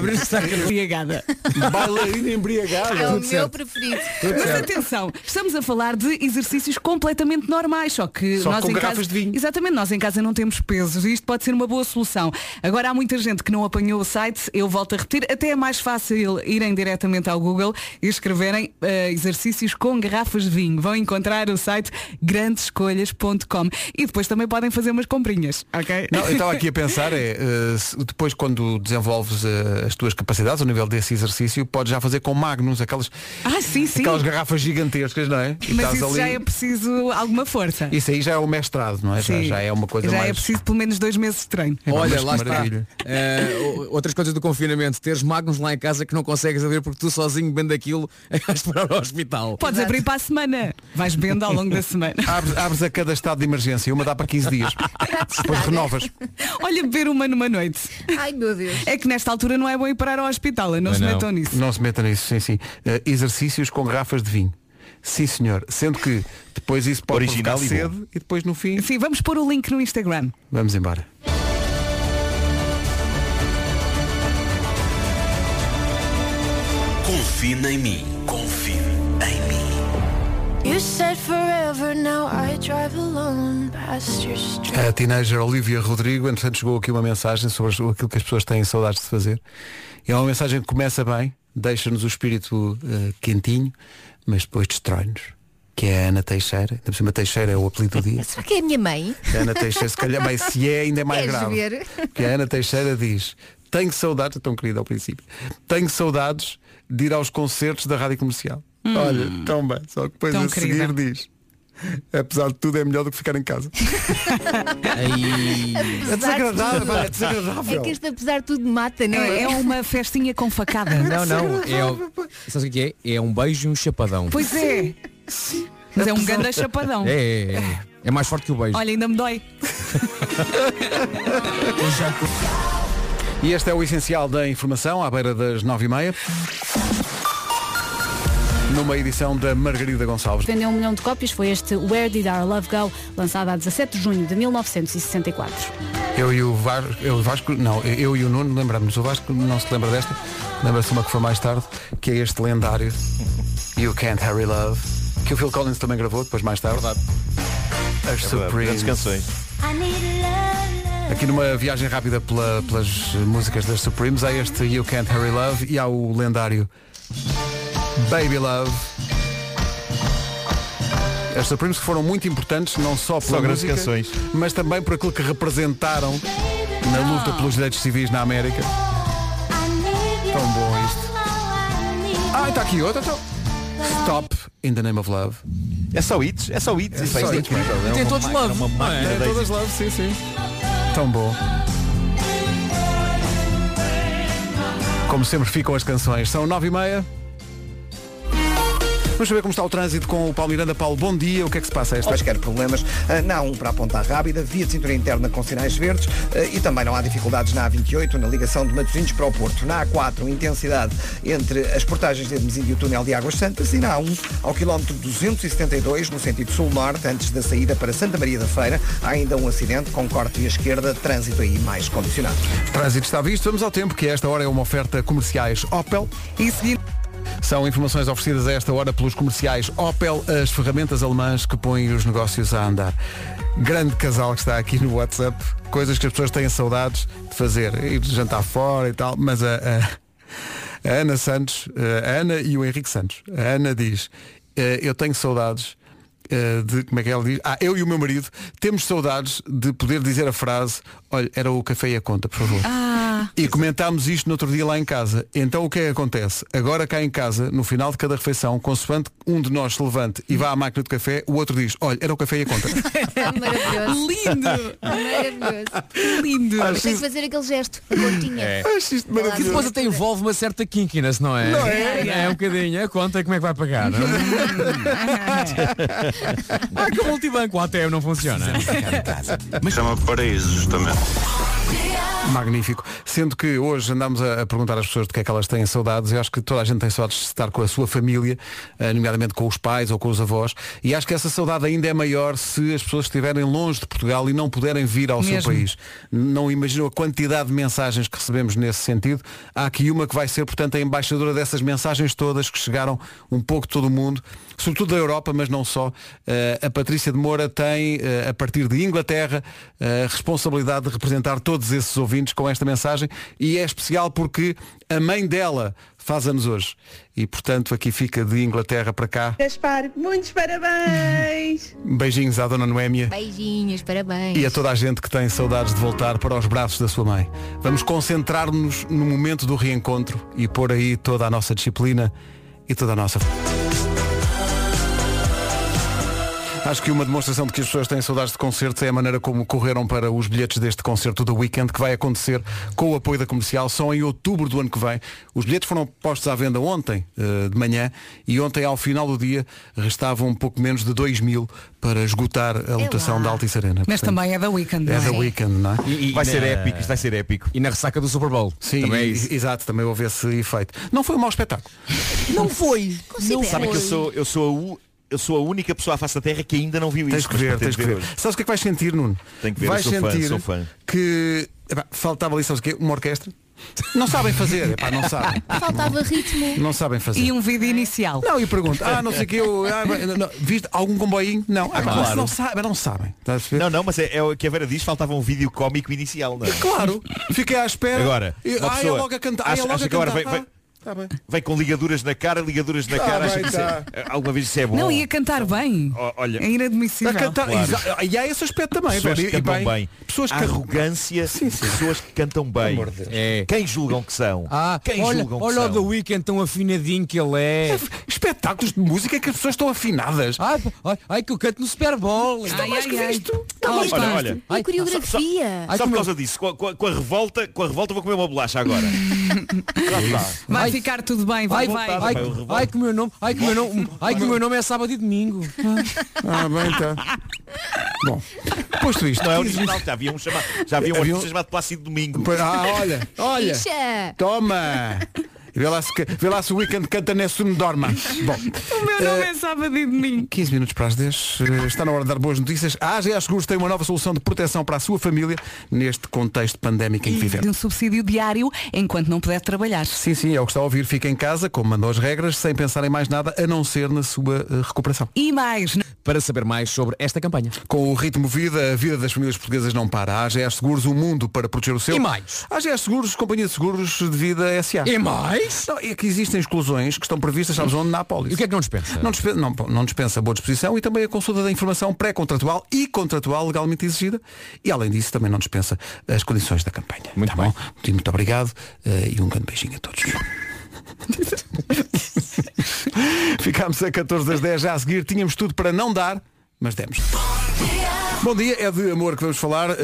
D: verdade. Embriagada.
B: Bailarina embriagada.
D: Ah,
E: É o
B: Tudo
E: meu
B: certo.
E: preferido.
B: Tudo
D: Mas
B: certo.
D: atenção, estamos a falar de exercícios completamente normais, só que
B: Só
D: nós
B: com
D: em casa,
B: garrafas de vinho.
D: exatamente, nós em casa não temos pesos e isto pode ser uma boa solução. Agora há muita gente que não apanhou o site, eu volto a repetir, até é mais fácil irem diretamente ao Google e escreverem eh, exercícios com garrafas de vinho. Vão encontrar o site grandescolhas.com e depois também podem fazer umas comprinhas, ok?
B: Não, eu estava aqui a pensar, é, eh, se- depois quando desenvolves eh, as tuas capacidades, ao nível desse exercício, podes já fazer com magnums, aquelas,
D: Ah, sim, sim.
B: aquelas garrafas gigantescas, não é? E
D: Mas
B: estás
D: isso já é preciso alguma força.
B: Isso aí já é o mestrado, não é? Já,
D: Sim.
B: já é uma coisa
D: já
B: mais. Oh,
D: é preciso pelo menos dois meses de treino.
F: Olha, lá
B: que
F: está.
B: maravilha.
F: Eh, o- outras coisas do confinamento, teres magnos lá em casa que não consegues abrir porque tu sozinho vendo aquilo vais para o hospital.
D: Podes abrir para a semana. Vais vendo ao longo da semana.
B: Abres, abres a cada estado de emergência, uma dá para 15 dias. Depois renovas.
D: Olha, beber uma numa noite.
E: Ai meu Deus.
D: É que nesta altura não é bom ir parar ao hospital, não, se metam nisso.
B: Não se metam nisso, sim, sim. Eh, exercícios com garrafas de vinho. Sim, senhor. Sendo que depois isso pode
N: Original
B: provocar
N: e bom.
B: sede e depois no fim.
D: Sim, vamos pôr o link no Instagram.
B: Vamos embora.
P: Confina em mim. Confina em mim.
Q: You said forever, now I drive alone past your street.
B: A teenager Olivia Rodrigo, entretanto, chegou aqui uma mensagem sobre as- aquilo que as pessoas têm saudades de fazer. E é uma mensagem que começa bem, deixa-nos o espírito eh, quentinho, mas depois destrói-nos. Que é a Ana Teixeira. Ainda por cima, Teixeira é o apelido do dia.
E: Será que é a minha mãe?
B: A Ana Teixeira, se calhar, bem, se é, ainda é mais
E: Queres
B: grave.
E: ver?
B: Porque a Ana Teixeira diz, tenho saudades, tão querida ao princípio, tenho saudades de ir aos concertos da Rádio Comercial.
O: Hum.
B: Olha, tão bem, só que depois
O: Tão
B: a seguir diz, apesar de tudo é melhor do que ficar em casa.
E: Apesar
B: É desagradável,
E: de tudo.
B: é desagradável.
E: É que este apesar de tudo mata, não é?
D: É, é uma festinha com facada.
F: Não, não, é o- Sabes o que é? É um beijo e um chapadão.
D: Pois é. Mas é um grande chapadão.
F: É, é, é. É mais forte que o beijo.
D: Olha, ainda me dói.
B: E este é o essencial da informação, à beira das 9h30. Numa edição da Margarida Gonçalves.
L: Vendeu um milhão de cópias foi este Where Did Our Love Go, lançado a 17 de junho de 1964.
B: Eu e o Vasco, eu, e o Vasco não, eu e o Nuno lembramos. O Vasco não se lembra desta, lembra-se uma que foi mais tarde, que é este lendário You Can't Harry Love, que o Phil Collins também gravou depois mais tarde. As Supremes.
N: canções.
B: Aqui numa viagem rápida pela- pelas músicas das Supremes, há este You Can't Hurry Love e há o lendário Baby Love. As Supremes que foram muito importantes, não só pela
N: Só grandes
B: música,
N: canções.
B: mas também por aquilo que representaram na luta pelos direitos civis na América. Tão bom isto. Ah, está aqui outra, então. Stop in the Name of Love.
N: É só hits, é só hits.
B: É só hits, mano. E tem todos love,
N: Uma
B: não é?
N: máquina
B: Tem
N: de
B: todas love, sim, sim. Tão bom. Como sempre ficam as canções. São nove e meia. Vamos saber como está o trânsito com o Paulo Miranda. Paulo, bom dia. O que é que se passa a esta
C: Quaisquer problemas, ah, na A1 para a Ponta Rábida, via de cintura interna com sinais verdes ah, e também não há dificuldades na A28, na ligação de Matosinhos para o Porto. Na A4, intensidade entre as portagens de Hermesinde e o túnel de Águas Santas e na A1, ao quilómetro 272, no sentido sul-norte, antes da saída para Santa Maria da Feira, há ainda um acidente com corte à esquerda, trânsito aí mais condicionado.
B: Trânsito está visto, vamos ao tempo, que a esta hora é uma oferta comerciais Opel.
D: E seguindo.
B: São informações oferecidas a esta hora pelos comerciais Opel, as ferramentas alemãs que põem os negócios a andar. Grande casal que está aqui no WhatsApp, coisas que as pessoas têm saudades de fazer, ir jantar fora e tal, mas a, a- a Ana Santos, a Ana e o Henrique Santos, a Ana diz, "Eh, eu tenho saudades eh, de, como é que ela diz? Ah, eu e o meu marido temos saudades de poder dizer a frase, olha, era o café e a conta, por favor.
D: Ah,
B: E comentámos isto no outro dia lá em casa. Então o que é que acontece? Agora cá em casa, no final de cada refeição, consoante um de nós se levante e vá à máquina de café, o outro diz, olha, era o café e a conta. Ah.
D: maravilhoso. Lindo.
E: Ah, Maravilhoso.
D: Lindo.
E: Mas tem que fazer aquele gesto, a continha.
F: É.
B: Acho isto
F: Que depois até envolve uma certa kinkiness, não é?
E: Não é?
F: um bocadinho. A conta como é que vai pagar? ah, que o multibanco até não funciona.
B: Mas chama paraíso, justamente. Magnífico. Sendo que hoje andámos a, a perguntar às pessoas do que é que elas têm saudades. Eu acho que toda a gente tem saudades de estar com a sua família, eh, nomeadamente com os pais ou com os avós. E acho que essa saudade ainda é maior se as pessoas estiverem longe de Portugal e não puderem vir ao seu
D: Mesmo.
B: país. Não imaginam a quantidade de mensagens que recebemos nesse sentido. Há aqui uma que vai ser, portanto, a embaixadora dessas mensagens todas que chegaram um pouco de todo o mundo, sobretudo da Europa, mas não só. Eh, a Patrícia de Moura tem, eh, a partir de Inglaterra, eh, a responsabilidade de representar todos esses ouvintes com esta mensagem e é especial porque a mãe dela faz anos hoje. E, portanto, aqui fica de Inglaterra para cá.
O: Gaspar, muitos parabéns!
B: Beijinhos à Dona Noémia.
E: Beijinhos, parabéns.
B: E a toda a gente que tem saudades de voltar para os braços da sua mãe. Vamos concentrar-nos no momento do reencontro e pôr aí toda a nossa disciplina e toda a nossa. Acho que uma demonstração de que as pessoas têm saudades de concertos é a maneira como correram para os bilhetes deste concerto do Weekend, que vai acontecer com o apoio da comercial só em outubro do ano que vem. Os bilhetes foram postos à venda ontem, eh, de manhã, e ontem, ao final do dia, restavam um pouco menos de 2 mil para esgotar a lotação da Altice Arena.
D: Mas
B: Portanto,
D: também é da Weekend.
B: é
D: não
B: The Weekend, não é?
N: Vai ser épico, isto vai ser épico.
F: E na ressaca do Super Bowl.
B: Sim,
F: Também é
B: e-
F: isso.
B: exato, também houve esse efeito. Não foi um mau espetáculo.
F: Não foi.
N: Não Sabe que eu sou, eu sou a u- eu sou a única pessoa à face da Terra que ainda não viu
B: Tens
N: isso.
B: que
N: mas
B: ver,
N: pretendo
B: tens que ver.
N: hoje.
B: Sabes o que é que vais sentir, Nuno?
N: Tenho que ver,
B: vais
N: eu sou fã,
B: sentir
N: sou fã.
B: que epá, faltava ali, sabes o quê? Uma orquestra? Não sabem fazer, epá, não sabem.
E: Faltava ritmo.
B: Não sabem fazer.
D: E um vídeo inicial.
B: Não, e pergunto, ah, não sei o que, eu, ah, não, não, viste algum comboinho? Não, ah,
N: Claro.
B: mas não sabem, não sabem.
N: Não, não, mas é, é o que a Vera diz, faltava um vídeo cómico inicial, não é?
B: Claro, fiquei à espera.
N: Agora,
B: E-
N: uma
B: ah,
N: pessoa
B: é logo a cantar, ah,
N: acha,
B: é logo
N: acha
B: a
N: que agora
B: cantar.
N: vai, vai,
B: Ah, tá bem.
N: vai com ligaduras na cara, ligaduras na
B: Tá
N: cara, acha
B: bem,
N: que isso
B: tá.
N: é- alguma vez isso é bom.
D: Não, ia cantar bem.
N: O- Olha,
D: É inadmissível.
B: A cantar- exa- E há esse aspecto também.
N: pessoas que
B: Vera, e
N: cantam bem, Ah,
B: Pessoas que cantam-
N: arrogância, pessoas que cantam bem. É. Quem julgam que são?
F: Ah,
N: Quem
F: olha,
N: julgam
F: olha o
N: que
F: The
N: são?
F: Weeknd tão afinadinho que ele é.
B: Espetáculos de música que as pessoas estão afinadas.
F: Ai, ai, ai, que eu canto no Super Bowl. Então,
E: Está mais que visto. Está
N: Olha,
E: mais que
N: olha,
E: visto.
N: olha.
E: E
F: Ai,
E: coreografia.
N: Só por causa disso, com a, com a- com a revolta, com a revolta vou comer uma bolacha agora. Já está.
D: Vai, vai ficar tudo bem, vai, vai.
R: Ai, ai, que o meu nome, ai que o meu nome,
F: um,
R: ai que o meu nome é sábado e domingo.
B: Ah, bem, tá. Bom, posto isto.
N: Não é
B: diz-me-
N: original, já havia um chamado, já havia um
B: Havia um-
N: artista chamado Plácido Domingo.
B: Pois, ah, olha, olha.
E: Ixa.
B: Toma. Vê lá, se, vê lá se o Weekend canta nesse me dorma. Bom,
D: O meu nome é sábado e domingo.
B: 15 minutos para as 10. eh, Está na hora de dar boas notícias. A AGA Seguros tem uma nova solução de proteção para a sua família neste contexto pandémico em que vivemos.
D: De um subsídio diário enquanto não puder trabalhar.
B: Sim, sim, é o que está a ouvir. Fica em casa, como mandou as regras, sem pensar em mais nada, a não ser na sua eh, recuperação.
D: E mais.
F: Para saber mais sobre esta campanha.
B: Com o ritmo vida, a vida das famílias portuguesas não para. A AGS Seguros, o mundo para proteger o seu.
F: E mais?
B: A AGS Seguros, Companhia de Seguros de Vida SA.
F: E mais?
B: Não, é que existem exclusões que estão previstas, sabes onde, na apólice. E o que
F: é que não dispensa?
B: Não dispensa, não, não dispensa a boa disposição e também a consulta da informação pré-contratual e contratual legalmente exigida. E além disso, também não dispensa as condições da campanha. Muito bom. Muito, muito obrigado eh, e um grande beijinho a todos. Ficámos a 14 das 10 já a seguir. Tínhamos tudo para não dar, mas demos. Bom dia, é de amor que vamos falar. Eh,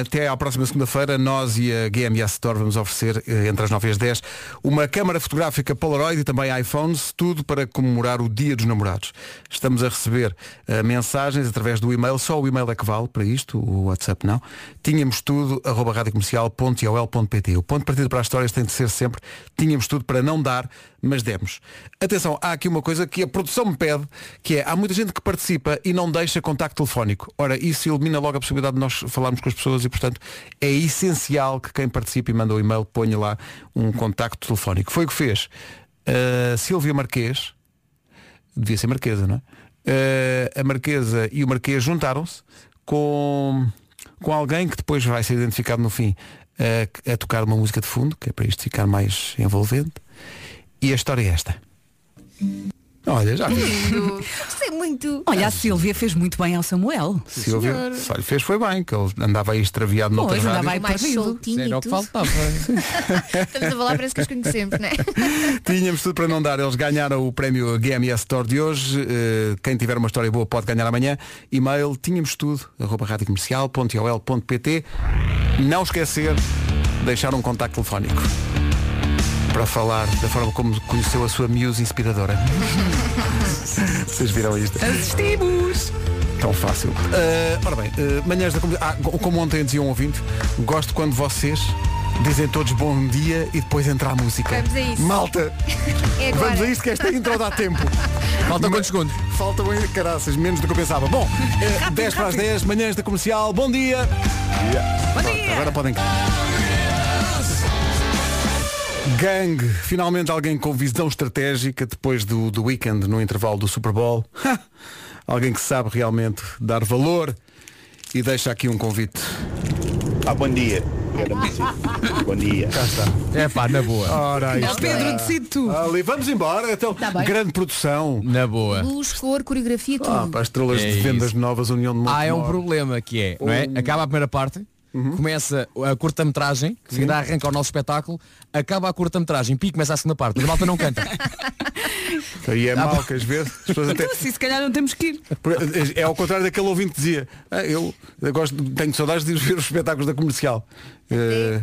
B: até à próxima segunda-feira, nós e a GMS Store vamos oferecer, eh, entre as 9 e as 10, uma câmara fotográfica Polaroid e também iPhones, tudo para comemorar o Dia dos Namorados. Estamos a receber eh, mensagens através do e-mail, só o e-mail é que vale para isto, o WhatsApp não. Tínhamos tudo, arroba radiocomercial.iol.pt. O ponto de partida para as histórias tem de ser sempre, tínhamos tudo para não dar, mas demos. Atenção, há aqui uma coisa que a produção me pede, que é, há muita gente que participa e não deixa contacto telefónico. Ora, isso elimina logo a possibilidade de nós falarmos com as pessoas e, portanto, é essencial que quem participe e manda o e-mail ponha lá um contacto telefónico. Foi o que fez a Silvia Marquês, devia ser Marquesa, não é? Eh, a Marquesa e o Marquês juntaram-se com, com alguém que depois vai ser identificado no fim eh, a tocar uma música de fundo, que é para isto ficar mais envolvente. E a história é esta. Olha, já vi.
E: é
D: Sei muito. Olha, a Silvia fez muito bem ao Samuel.
B: Silvia, só lhe fez foi bem, que ele andava aí extraviado no
D: Pois,
B: rádio.
D: andava aí Mais perdido. soltinho e Era o que tudo. faltava.
E: Estamos a falar, parece que os conhecemos, não é?
B: Tínhamos tudo para não dar. Eles ganharam o prémio GMS Store de hoje. Eh, Quem tiver uma história boa pode ganhar amanhã. E-mail tínhamos tudo, arroba radiocomercial.ol.pt. Não esquecer, deixar um contacto telefónico para falar da forma como conheceu a sua muse inspiradora. Vocês viram isto?
D: Assistimos!
B: Tão fácil. Eh, ora bem, eh, manhãs da comunidade. Ah, como ontem dizia um ouvinte, gosto quando vocês dizem todos bom dia e depois entra a música.
E: Vamos a isso.
B: Malta!
E: É agora.
B: Vamos a isto que esta intro dá tempo. Faltam quantos segundos? Faltam ainda caraças, menos do que eu pensava. Bom, eh, 10 para as 10, manhãs da comercial, bom dia! Bom dia. Agora podem. Gang, finalmente alguém com visão estratégica depois do, do weekend no intervalo do Super Bowl. Ha! Alguém que sabe realmente dar valor e deixa aqui um convite. Ah, bom dia. Bom dia. Cá está.
F: É pá, na boa.
B: Ora, aí
E: Ó,
B: está.
E: Pedro,
D: decide tu.
N: Ah.
B: Ali, vamos embora. Então,
E: Tá bem.
B: grande produção.
F: Na
N: É.
F: boa.
E: Luz, cor, coreografia, tudo.
B: Ah, para estrelas
F: É
B: de vendas
F: isso.
B: novas, União de Montemor.
F: Há é um problema que é, não é?
B: Um-
F: Acaba a primeira parte, começa a curta-metragem, que ainda arranca o nosso espetáculo, acaba a curta-metragem, pico, começa a segunda parte, mas a malta não canta.
B: E
F: Ah,
B: é mau que às vezes as pessoas até...
D: Então, assim, se calhar não temos que ir.
B: É ao contrário daquele ouvinte que dizia "Ah, eu, eu gosto, tenho saudades de ir ver os espetáculos da comercial Eh,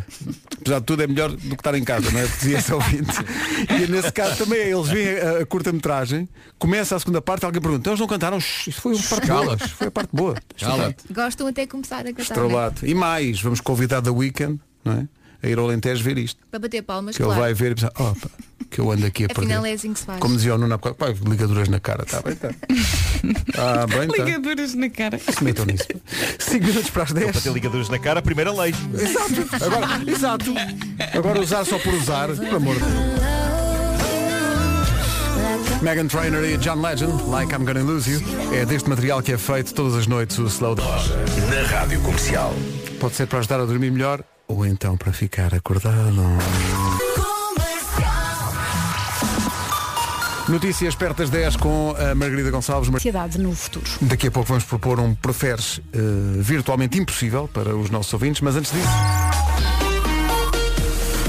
B: Apesar de tudo é melhor do que estar em casa não é? Dizia esse ouvinte E nesse caso também é, eles veem a, a curta-metragem Começa a segunda parte Alguém pergunta, "Então eles não cantaram? Shhh, Isso
F: um
B: foi, uma parte boa,
F: Cala-te.
B: isso foi a parte boa
F: Cala-te.
E: Gostam até começar a cantar. não é?
B: Estrelado. E mais, vamos convidar da Weekend não é? A ir ao Alentejo ver isto
E: Para bater palmas,
B: Que
E: claro.
B: ele vai ver e pensar Opa, que eu ando aqui a
E: Afinal é
B: perder
E: assim que se faz.
B: Como dizia o Nuno há bocado, "Pá, ligaduras na cara Está bem, está Ah, bem,
N: Então.
B: tá.
D: Ligaduras na cara.
B: Se metam nisso. É 5 minutos para as 10.
N: Para ter ligaduras na cara, primeira lei.
B: Exato. Agora, exato. Agora usar só por usar, por amor de Deus. Megan Trainor e John Legend, Like I'm Gonna Lose You, é deste material que é feito todas as noites o Slow Down.
P: Na Rádio Comercial.
B: Pode ser para ajudar a dormir melhor ou então para ficar acordado. Notícias perto das 10 com a Margarida Gonçalves. Mar-
L: Ansiedade no futuro.
B: Daqui a pouco vamos propor um preferes eh, virtualmente impossível para os nossos ouvintes, mas antes disso.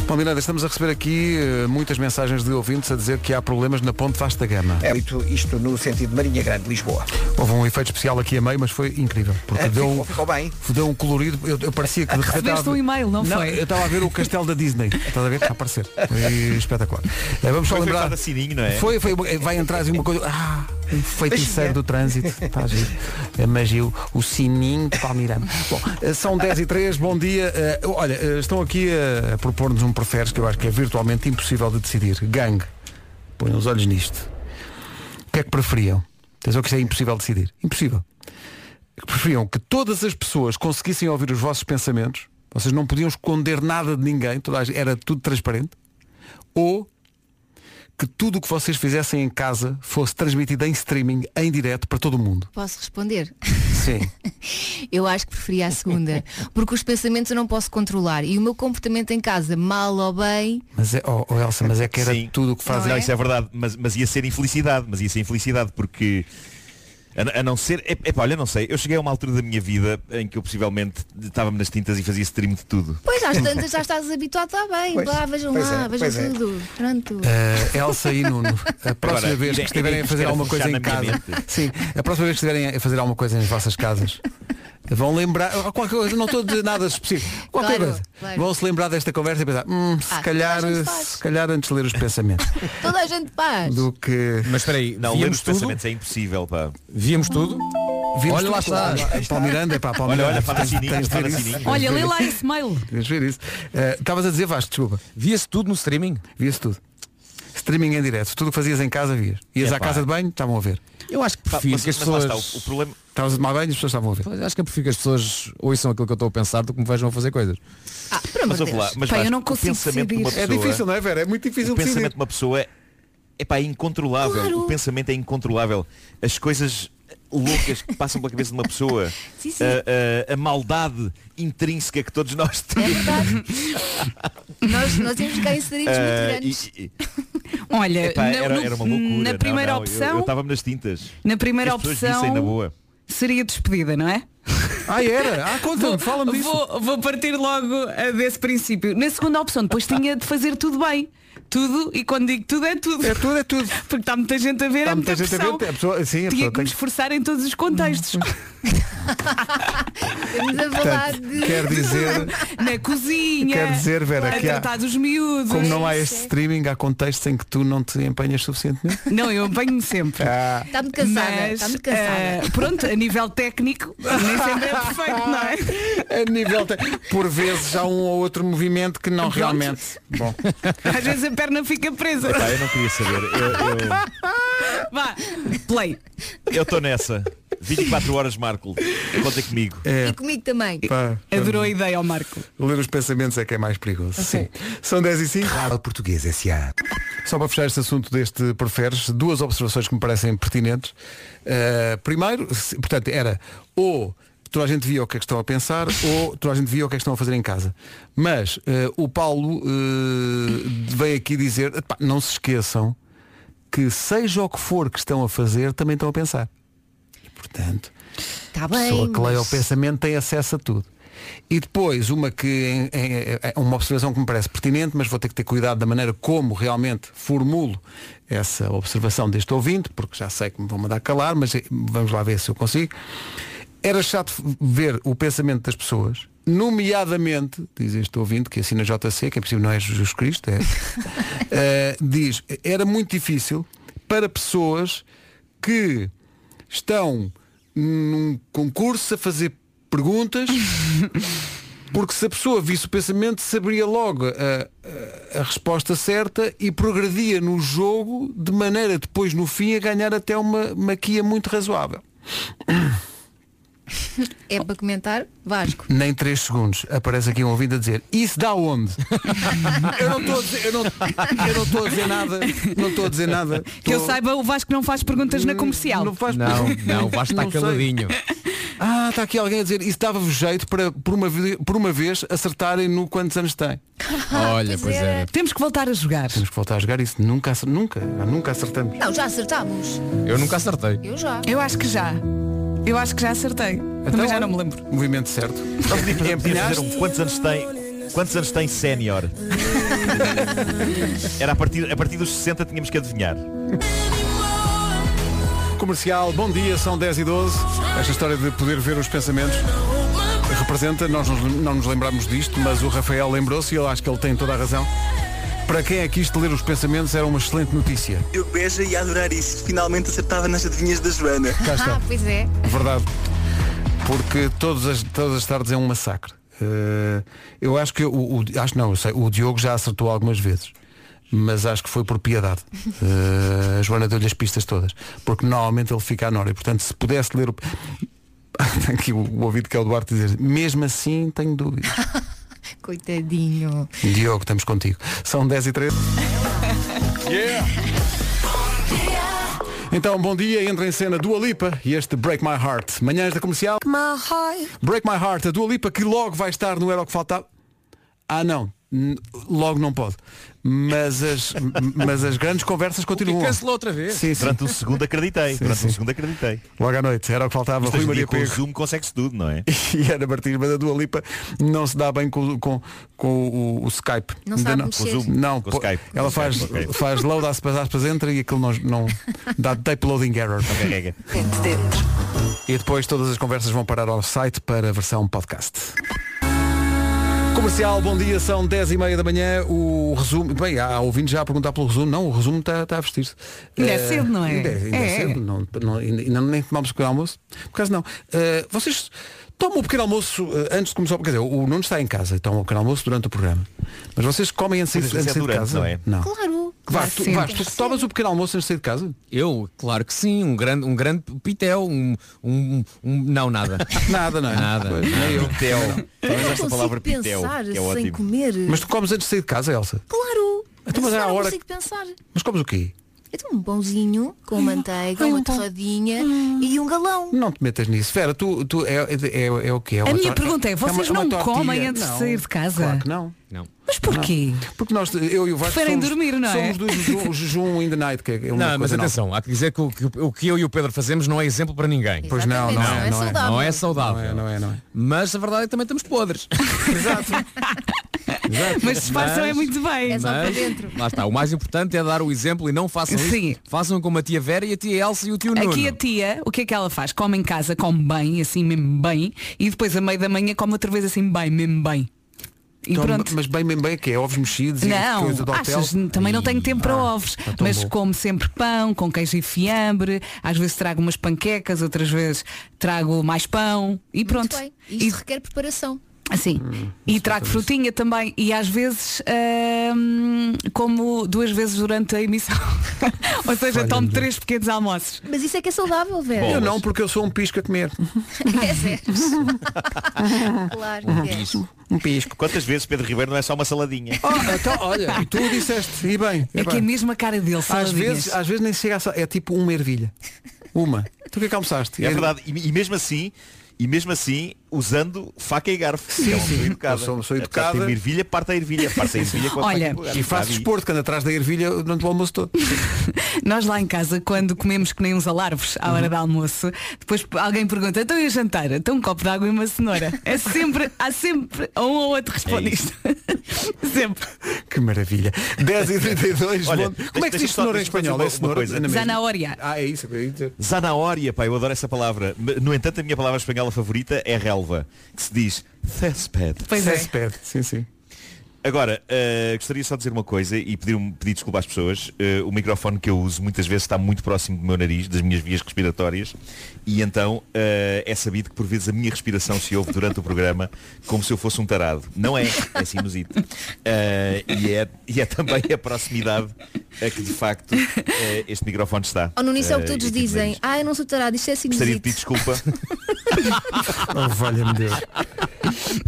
B: Palmeiras, estamos a receber aqui eh, muitas mensagens de ouvintes a dizer que há problemas na ponte vasta gama.
C: É isto, isto no sentido de Marinha Grande, Lisboa.
B: Houve um efeito especial aqui a meio, mas foi incrível. Porque
C: Ah,
B: deu,
C: ficou- ficou bem.
B: deu um colorido. Eu, eu parecia que de repente.
D: Recebeste
B: estava-
D: um e-mail, não foi?
B: Eu estava a ver o castelo da Disney. Estás a ver? Está a aparecer. Foi espetacular. Eh, Vamos só
N: Foi
B: lembrar.
N: feito a sininho, não é?
B: Foi, foi, vai entrar assim uma coisa. Ah, um feiticeiro do trânsito. Está giro. É magia. O sininho de Palmeirão. Bom, eh, são 10 e 3, bom dia. Eh, Olha, eh, estão aqui a- a propor-nos um preferes que eu acho que é virtualmente impossível de decidir. Gangue. Põem os olhos nisto. O que é que preferiam? Atenção que isto é impossível decidir. Impossível. Preferiam que todas as pessoas conseguissem ouvir os vossos pensamentos, vocês não podiam esconder nada de ninguém, toda a- era tudo transparente, ou que tudo o que vocês fizessem em casa fosse transmitido em streaming, em direto, para todo o mundo.
E: Posso responder?
B: Sim.
E: Eu acho que preferia a segunda. Porque os pensamentos eu não posso controlar. E o meu comportamento em casa, mal ou bem,
B: Mas é, oh, oh, Elsa, mas é que era tudo o que fazem.
N: Não, isso é verdade, mas, mas ia ser infelicidade, mas ia ser infelicidade porque a, n- a não ser, é, é, pá, olha, não sei, eu cheguei a uma altura da minha vida em que eu possivelmente estava-me nas tintas e fazia stream de tudo.
E: pois às tantas já estás habituado, está bem.
N: Pois,
E: Vá, vejam
N: pois
E: lá,
N: é,
E: vejam
N: pois é.
E: tudo. Pronto.
B: Eh, Elsa e Nuno, a próxima
N: Agora,
B: vez que
N: irei-
B: estiverem
N: irei
B: a fazer
N: buscar
B: alguma
N: a
B: coisa em
N: fechar na minha
B: casa, sim, a próxima vez que estiverem a fazer alguma coisa nas vossas casas, vão lembrar, oh, qualquer coisa, não estou de nada específico, qualquer
E: Claro,
B: coisa,
E: claro.
B: vão se lembrar desta conversa e pensar, hum, se
E: Ah,
B: calhar,
E: mas
B: se calhar antes de ler os pensamentos,
E: Toda a gente faz.
B: do que.
F: Mas espera aí,
N: Não, ler
F: víamos
N: os
F: tudo?
N: pensamentos é impossível, pá.
F: Víamos tudo?
B: Vimos
F: olha lá
B: tudo.
F: está.
B: Paulo Miranda, pá, Paulo
N: Olha,
B: Miranda,
N: olha, fala
B: tens-
N: sininho,
B: tens de ver
N: fala
B: isso.
N: sininho.
B: Tens de
D: Olha,
B: ver
D: lê
B: isso.
D: lá esse mail.
B: Devias ver isso. Eh, Estavas a dizer, Vasco, desculpa.
F: Via-se tudo no streaming?
B: Via-se tudo. Streaming em direto. Tudo o que fazias em casa, vias. Ias à
F: Epá.
B: casa de banho, estavam a ver.
F: Eu acho que
N: Pá,
F: prefiro
N: mas-
F: que as
N: mas lá
F: pessoas.
N: está, o- o problema-
B: Estavas a tomar banho e as pessoas estavam a ver.
F: Pois, acho que eu prefiro que as pessoas ouçam aquilo que eu estou a pensar do que me vejam a fazer coisas.
E: Ah,
N: Mas ouve lá, mas Vasco, o pensamento de uma
B: É
N: pessoa-
B: difícil, não é, Vera? É muito
F: um
B: difícil
N: o pensamento
B: decidir.
N: de uma pessoa é pá, é incontrolável. O pensamento é incontrolável. As coisas loucas que passam pela cabeça de uma pessoa.
E: Sim, é sim.
N: A, a- a maldade intrínseca que todos nós temos.
E: Nós, nós temos que ficar inseridos
B: Eh,
E: muito
N: Ah,
E: grandes.
N: e- e-
D: Olha,
N: epá,
D: na,
N: era,
D: no-
N: era uma loucura.
D: na
N: Não,
D: primeira
N: não, eu-
D: opção,
N: Eu estava-me nas tintas.
D: na primeira
N: As pessoas dizem
D: opção
N: na boa.
D: seria despedida, não é?
B: Ah, era? Ah, conta-me, fala-me disso.
D: Vou, vou partir logo ah, desse princípio. Na segunda opção, depois tinha de fazer tudo bem. Tudo, e quando digo tudo é tudo. É
B: tudo, é tudo.
D: Porque está muita gente a ver,
B: Está
D: é muita,
B: muita gente a
D: pressão.
B: ver, a pessoa- sim, a
D: Tinha
B: pessoa
D: que
B: tem
D: me
B: que-
D: esforçar em todos os contextos.
B: Uhum.
E: Estamos a falar
B: Portanto,
E: de.
B: quer dizer-
D: Na cozinha.
B: Quer dizer, Vera,
D: a
B: que há-
D: tratar dos miúdos.
B: Como não há este streaming, há contextos em que tu não te empenhas suficientemente.
D: Não, eu apanho sempre.
B: Ah.
E: Está muito cansada, está muito cansada.
D: ah, pronto, a nível técnico, nem sempre é perfeito, não é?
B: A nível te- Por vezes há um ou outro movimento que não
D: Pronto.
B: realmente. Bom.
D: Às vezes a perna fica presa.
N: Epá, eu não queria saber. Eu-
D: Vá, play.
N: Eu estou nessa. 24 horas, Marco. Conta comigo.
E: E comigo também.
D: Adorou a ideia ao Marco.
B: Ler os pensamentos é que é mais perigoso. Sim. São 10 e 5. Rádio Português S.A. Só para fechar este assunto deste preferes, duas observações que me parecem pertinentes. Uh, primeiro, se- portanto, era ou toda a gente via o que é que estão a pensar ou toda a gente via o que é que estão a fazer em casa. Mas uh, o Paulo uh, veio aqui dizer, "Epá, não se esqueçam que seja o que for que estão a fazer, também estão a pensar. E, portanto,
E: Está
B: a
E: Tá bem.
B: pessoa que leia o
E: mas-
B: pensamento tem acesso a tudo. E depois, uma que é, é- é uma observação que me parece pertinente, mas vou ter que ter cuidado da maneira como realmente formulo essa observação deste ouvinte, porque já sei que me vão mandar calar, mas eh, vamos lá ver se eu consigo. Era chato ver o pensamento das pessoas, nomeadamente, diz este ouvinte, que assina JC, que é possível não é Jesus Cristo, é, eh, diz, era muito difícil para pessoas que estão num concurso a fazer perguntas porque se a pessoa visse o pensamento saberia logo a, a- a resposta certa e progredia no jogo de maneira depois no fim a ganhar até uma maquia muito razoável.
E: É para comentar, Vasco.
B: Nem 3 segundos aparece aqui um ouvido a dizer isso dá onde? eu não estou a dizer, eu não, eu não estou a dizer nada, não estou a dizer nada.
D: Que eu
B: Estou-
D: saiba, é o Vasco não faz perguntas na comercial.
B: Não faz
F: Não, não, o Vasco está
B: Não sei.
F: caladinho.
B: Ah, está aqui alguém a dizer, isso dava-vos jeito para por uma, vi- por uma vez acertarem no quantos anos tem.
F: Olha, pois é.
D: Temos que voltar a jogar.
B: Temos que voltar a jogar isso, nunca, acer- nunca, nunca acertamos.
E: Não, já acertámos.
F: Eu nunca acertei.
E: Eu já.
D: Eu acho que já. Eu
B: Então?
D: acho que já acertei. Também já não me lembro.
N: Então,
B: Movimento certo.
N: é Nós podíamos fazer um quantos anos tem? Quantos anos tem sénior? Era a partir, a partir dos 60 tínhamos que adivinhar.
B: Comercial, bom dia, são 10 e 12. Esta história de poder ver os pensamentos representa, nós nos- não nos lembramos disto, mas o Rafael lembrou-se e eu acho que ele tem toda a razão. Para quem é que isto de ler os pensamentos era uma excelente notícia.
S: Eu beija e ia adorar isso. Finalmente acertava nas adivinhas da Joana.
B: Cá está.
E: Ah, pois é.
B: Verdade. Porque todas as, todas as tardes é um massacre. Eh, eu acho que o, o- acho não, eu sei, o Diogo já acertou algumas vezes. Mas acho que foi por piedade. Eh, a Joana deu-lhe as pistas todas. Porque normalmente ele fica à nora. E, Portanto, se pudesse ler o. Tem aqui o, o ouvido que é o Duarte dizer, mesmo assim tenho dúvidas.
E: Coitadinho.
B: Diogo, estamos contigo. São 10 e 13. Então, bom dia, entra em cena Dua Lipa e este Break My Heart. Manhãs da comercial. Break My Heart, a Dua Lipa que logo vai estar no Era o que faltava. Ah, não. N- Logo não pode. Mas as, m- mas as grandes conversas
F: é
B: continuam.
N: cancelou outra vez?
B: Sim, sim.
N: Durante um segundo acreditei, durante um segundo acreditei.
B: Logo à noite, era o que faltava.
N: Mas
B: Rui
N: hoje em
B: Maria
N: dia com o
B: Pego
N: Zoom consegue-se tudo, não é?
B: e Ana Martins, mas a Dua Lipa não se dá bem com, com, com o, o Skype.
N: Não sabe
B: Ainda
N: mexer. Com o Zoom,
B: Não,
N: com o
B: pô-
N: Skype.
B: Ela
N: Com o
B: faz,
N: Skype, ok.
B: faz load aspas, aspas, entra e aquilo não, não dá tape loading error.
N: Carrega.
B: E depois todas as conversas vão parar ao site para a versão podcast. Comercial, bom dia, são 10 e meia da manhã, o resumo, bem, há ouvintes já a perguntar pelo resumo, não, o resumo está está a vestir-se.
D: Ainda é
B: Eh,
D: cedo, não é?
B: Ainda, ainda é.
D: É.
B: cedo, não, não, ainda, ainda nem tomámos o pequeno almoço, por acaso não. Eh, vocês tomam o pequeno almoço eh, antes de começar, quer dizer, o Nuno está em casa, toma o pequeno almoço durante o programa, mas vocês comem antes, de
N: Mas
B: sair-
N: isso
B: antes de sair
N: é
B: de
N: durante,
B: casa?
N: não é?
B: Não.
E: Claro.
B: Vasco, tu- Vasco, tu tomas o pequeno almoço antes de sair de casa?
F: Eu, claro que sim, um grande, um grande pitel, um, um, um- não nada.
B: nada, não é?
F: Nada.
B: nem eu.
F: Pitel.
E: Eu não consigo pensar sem comer.
B: é Mas tu comes antes de sair de casa, Elsa?
E: Claro.
B: Então, mas
E: Só
B: à
E: não
B: hora-
E: consigo pensar.
B: Mas comes o quê?
E: Eu tomo um pãozinho com
B: Hum.
E: manteiga, uma
B: então.
E: torradinha e um galão.
B: Não te metas nisso. Vera, tu, tu é, é, é, é o quê? É
D: a
B: uma
D: minha
B: tor-
D: pergunta é,
B: uma-
D: vocês
B: uma
D: não
B: tortilha?
D: comem antes
B: Não.
D: de sair de casa?
B: Claro que não. Não.
D: Mas porquê?
B: Porque nós, eu e o Vasco
D: Preferem
B: somos,
D: dormir, não é?
B: somos do jejum, o jejum in the night, que é uma
F: Não, mas
B: coisa nova.
F: atenção, há que dizer que o, que o que eu e o Pedro fazemos não é exemplo para ninguém.
B: Pois não, não, é, não, é,
F: Não é saudável.
B: Não é, não é.
F: Mas a verdade é que também estamos podres. Exato.
D: Mas disfarçam é muito bem. É só para dentro.
F: Lá está, o mais importante é dar o exemplo e não façam isso.
D: Sim.
F: Façam como a tia Vera e a tia Elsa e o tio Nuno.
D: Aqui a tia, o que é que ela faz? Come em casa, come bem, assim mesmo bem, e depois a meio da manhã come outra vez assim bem, mesmo bem. E
B: Então,
D: pronto.
B: Mas bem, bem, bem, que é ovos mexidos e coisa do
D: Não,
B: hotel. ah, tá
D: achas, também não tenho tempo para ovos, mas como sempre pão, com queijo e fiambre, às vezes trago umas panquecas, outras vezes trago mais pão e pronto.
E: Muito bem. Isto requer preparação.
D: Assim. e trago frutinha também. E às vezes hum, como duas vezes durante a emissão. Ou seja, tomo três pequenos almoços.
E: Mas isso é que é saudável, velho.
B: Eu não, porque eu sou um pisco a comer.
E: É sério. claro
N: Um
E: que é.
N: pisco.
B: Um pisco.
N: Quantas vezes Pedro Ribeiro não é só uma saladinha?
B: Ah, então, olha, tu disseste, e bem.
D: É que é mesmo a cara dele, é
B: Às
D: saladinhas.
B: vezes, às vezes nem chega a sal... É tipo uma ervilha. Uma. Tu o que é que almoçaste?
N: É verdade. E, e mesmo assim, e mesmo assim, usando faca e garfo.
B: Sim,
N: Eu
B: sim.
N: Sou educada.
B: Eu sou- sou
N: Apesar de
B: educada.
N: ter uma ervilha, parte a ervilha, parte a ervilha com a faca
D: Olha,
N: e com o garfo.
B: E faço
N: Sabe?
B: desporto, que anda atrás da ervilha durante o almoço todo.
D: Nós lá em casa, quando comemos que nem uns alarves à hora do almoço, depois alguém pergunta, então e o jantar? Então um copo de água e uma cenoura. É sempre, há sempre um ou outro que responde isto. sempre.
B: Que maravilha. 10 e 32
N: Olha,
B: bom. Como é que se
N: deixa-me
B: diz
N: só-
B: cenoura em
N: deixa-me
B: espanhol? É
N: só dizer uma- uma
B: cenoura?
N: coisa.
B: Ana Maria?
D: Zanahoria.
B: Ah, é isso. é isso.
N: Zanahória, pá, eu adoro essa palavra. M- No entanto, a minha palavra espanhola favorita é relva, que se diz césped.
D: Pois é.
B: Césped, sim, sim.
N: Agora, eh, gostaria só de dizer uma coisa e pedir, um, pedir desculpa às pessoas. Eh, o microfone que eu uso muitas vezes está muito próximo do meu nariz, das minhas vias respiratórias, e então eh, é sabido que por vezes a minha respiração se ouve durante o programa como se eu fosse um tarado. Não é, é sinusite. Eh, e, é, e é também a proximidade a que de facto eh, este microfone está.
E: Ou no início é o que
N: Eh,
E: todos
N: aqui
B: tipo
N: no
E: dizem.
N: nariz.
E: Ah, eu não sou tarado, isto é assim
N: Gostaria de pedir desculpa.
B: Oh, valha-me Deus.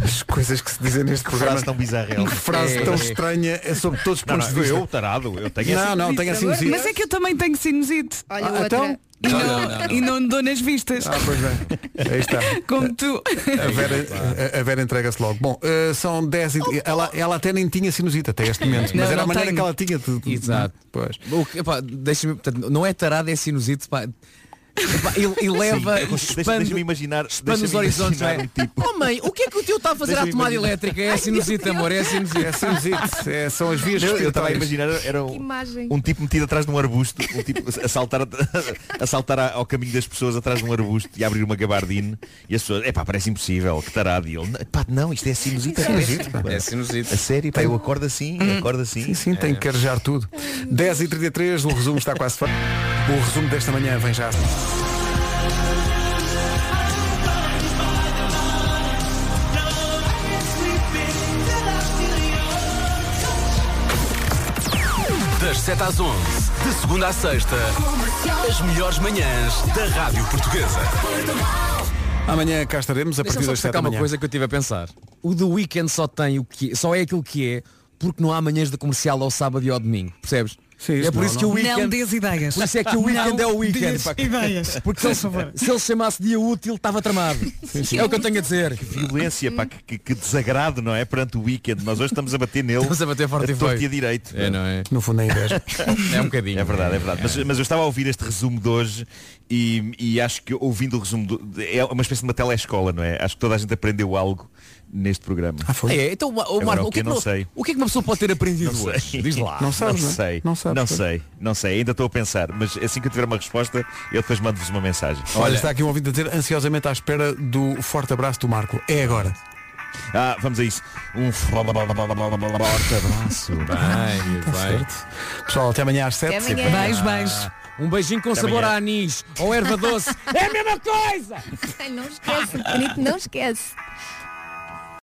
B: As coisas que se dizem neste
N: Que
B: programa.
N: frase tão bizarra. é
B: Que frase tão estranha é sobre todos os
N: Não,
B: pontos
N: não,
B: de vista.
N: eu, tarado, eu tenho
B: Não, não, tenho assim
N: sinusite.
D: Mas é que eu também tenho sinusite.
E: Olha,
B: Ah, então?
D: E não, e não dou nas vistas,
B: Ah, pois bem. Aí está.
D: como tu.
B: A Vera, a- a Vera entrega-se logo. Bom, eh, são 10 e... Ela, ela até nem tinha sinusite até este momento. Mas
F: Não,
B: era a
F: não
B: maneira
F: tenho.
B: que ela tinha de... de-
F: Exato.
B: Pois.
F: O que- epá, deixa-me- portanto, não é tarado, é sinusite. pá.
T: Epá, ele eleva,
N: Sim, deixa-
T: expande,
N: deixa-me imaginar-
T: expande os
N: deixa-me
T: horizontes. não é?
N: imaginar um tipo.
F: Oh mãe, o que é que o tio está a fazer à
N: Deixa-me
F: tomada
N: imaginar.
F: elétrica? É
N: Ai,
F: sinusite,
N: meu
F: amor, é
N: Deus.
F: sinusite.
B: É sinusite, é, são as vias
N: Eu- eu estava a
B: respiratórias.
N: imaginar, era um,
E: Imagem.
N: um tipo metido atrás de um arbusto, um tipo a saltar, a saltar a- ao caminho das pessoas atrás de um arbusto e a abrir uma gabardine e as pessoas, epá, parece impossível, que tarado. E ele, pá, não, isto é sinusite. é
B: Sinusite,
N: péssimo, pá." A sério, pá, eu acordo assim,
F: Uhum.
N: eu acordo assim.
B: Sim, sim, tem que carejar tudo. 10 e 33 o resumo está quase feito. O resumo desta manhã vem já.
U: Das 7 às 11, de segunda à sexta, as melhores manhãs da Rádio Portuguesa.
B: Amanhã cá estaremos a
F: Deixa-me
B: partir
F: só
B: das 7 da
F: destacar uma
B: manhã.
F: coisa que eu estive a pensar. O The Weeknd só tem o que só é aquilo que é porque não há manhãs de comercial ao sábado e ao domingo, percebes? é por
D: não,
F: isso que
D: não.
F: o weekend
D: Não dês ideias.
F: Por isso é que o weekend
D: Não
F: é o weekend.
D: dês ideias.
F: Porque se ele,
D: Por favor.
F: se ele chamasse dia útil estava tramado.
N: sim.
F: É o que eu tenho a dizer.
N: Que violência, pá, que, que- que desagrado, não é? Perante o weekend. Nós hoje estamos a bater nele.
F: Estamos a bater forte e
N: torto
F: feio.
N: e a direito.
F: É, não é?
B: No fundo é inveja.
F: É um bocadinho.
N: É verdade, é verdade. Mas, mas eu estava a ouvir este resumo de hoje e, e acho que ouvindo o resumo do- é uma espécie de uma telescola, não é? Acho que toda a gente aprendeu algo neste programa.
F: É, então, o
N: Agora,
F: Marco,
N: o
F: o
N: que
F: que, é que
N: eu não
F: não-
N: sei.
F: o que é que uma pessoa pode ter aprendido hoje? Diz lá.
N: Não,
B: é?
N: sei. Não, sei. Não sei. Ainda estou a pensar. Mas assim que eu tiver uma resposta, eu depois mando-vos uma mensagem.
B: Olha, está aqui um ouvinte a dizer ansiosamente à espera do forte abraço do Marco. É agora.
N: Ah, vamos a isso. Um forte abraço.
B: Bem, Está bem. certo. Pessoal, até amanhã às 7.
F: Até amanhã. Beijo, beijo. Um beijinho com sabor a anis ou erva doce. É a mesma coisa!
E: Não esquece, pequenito, não esquece.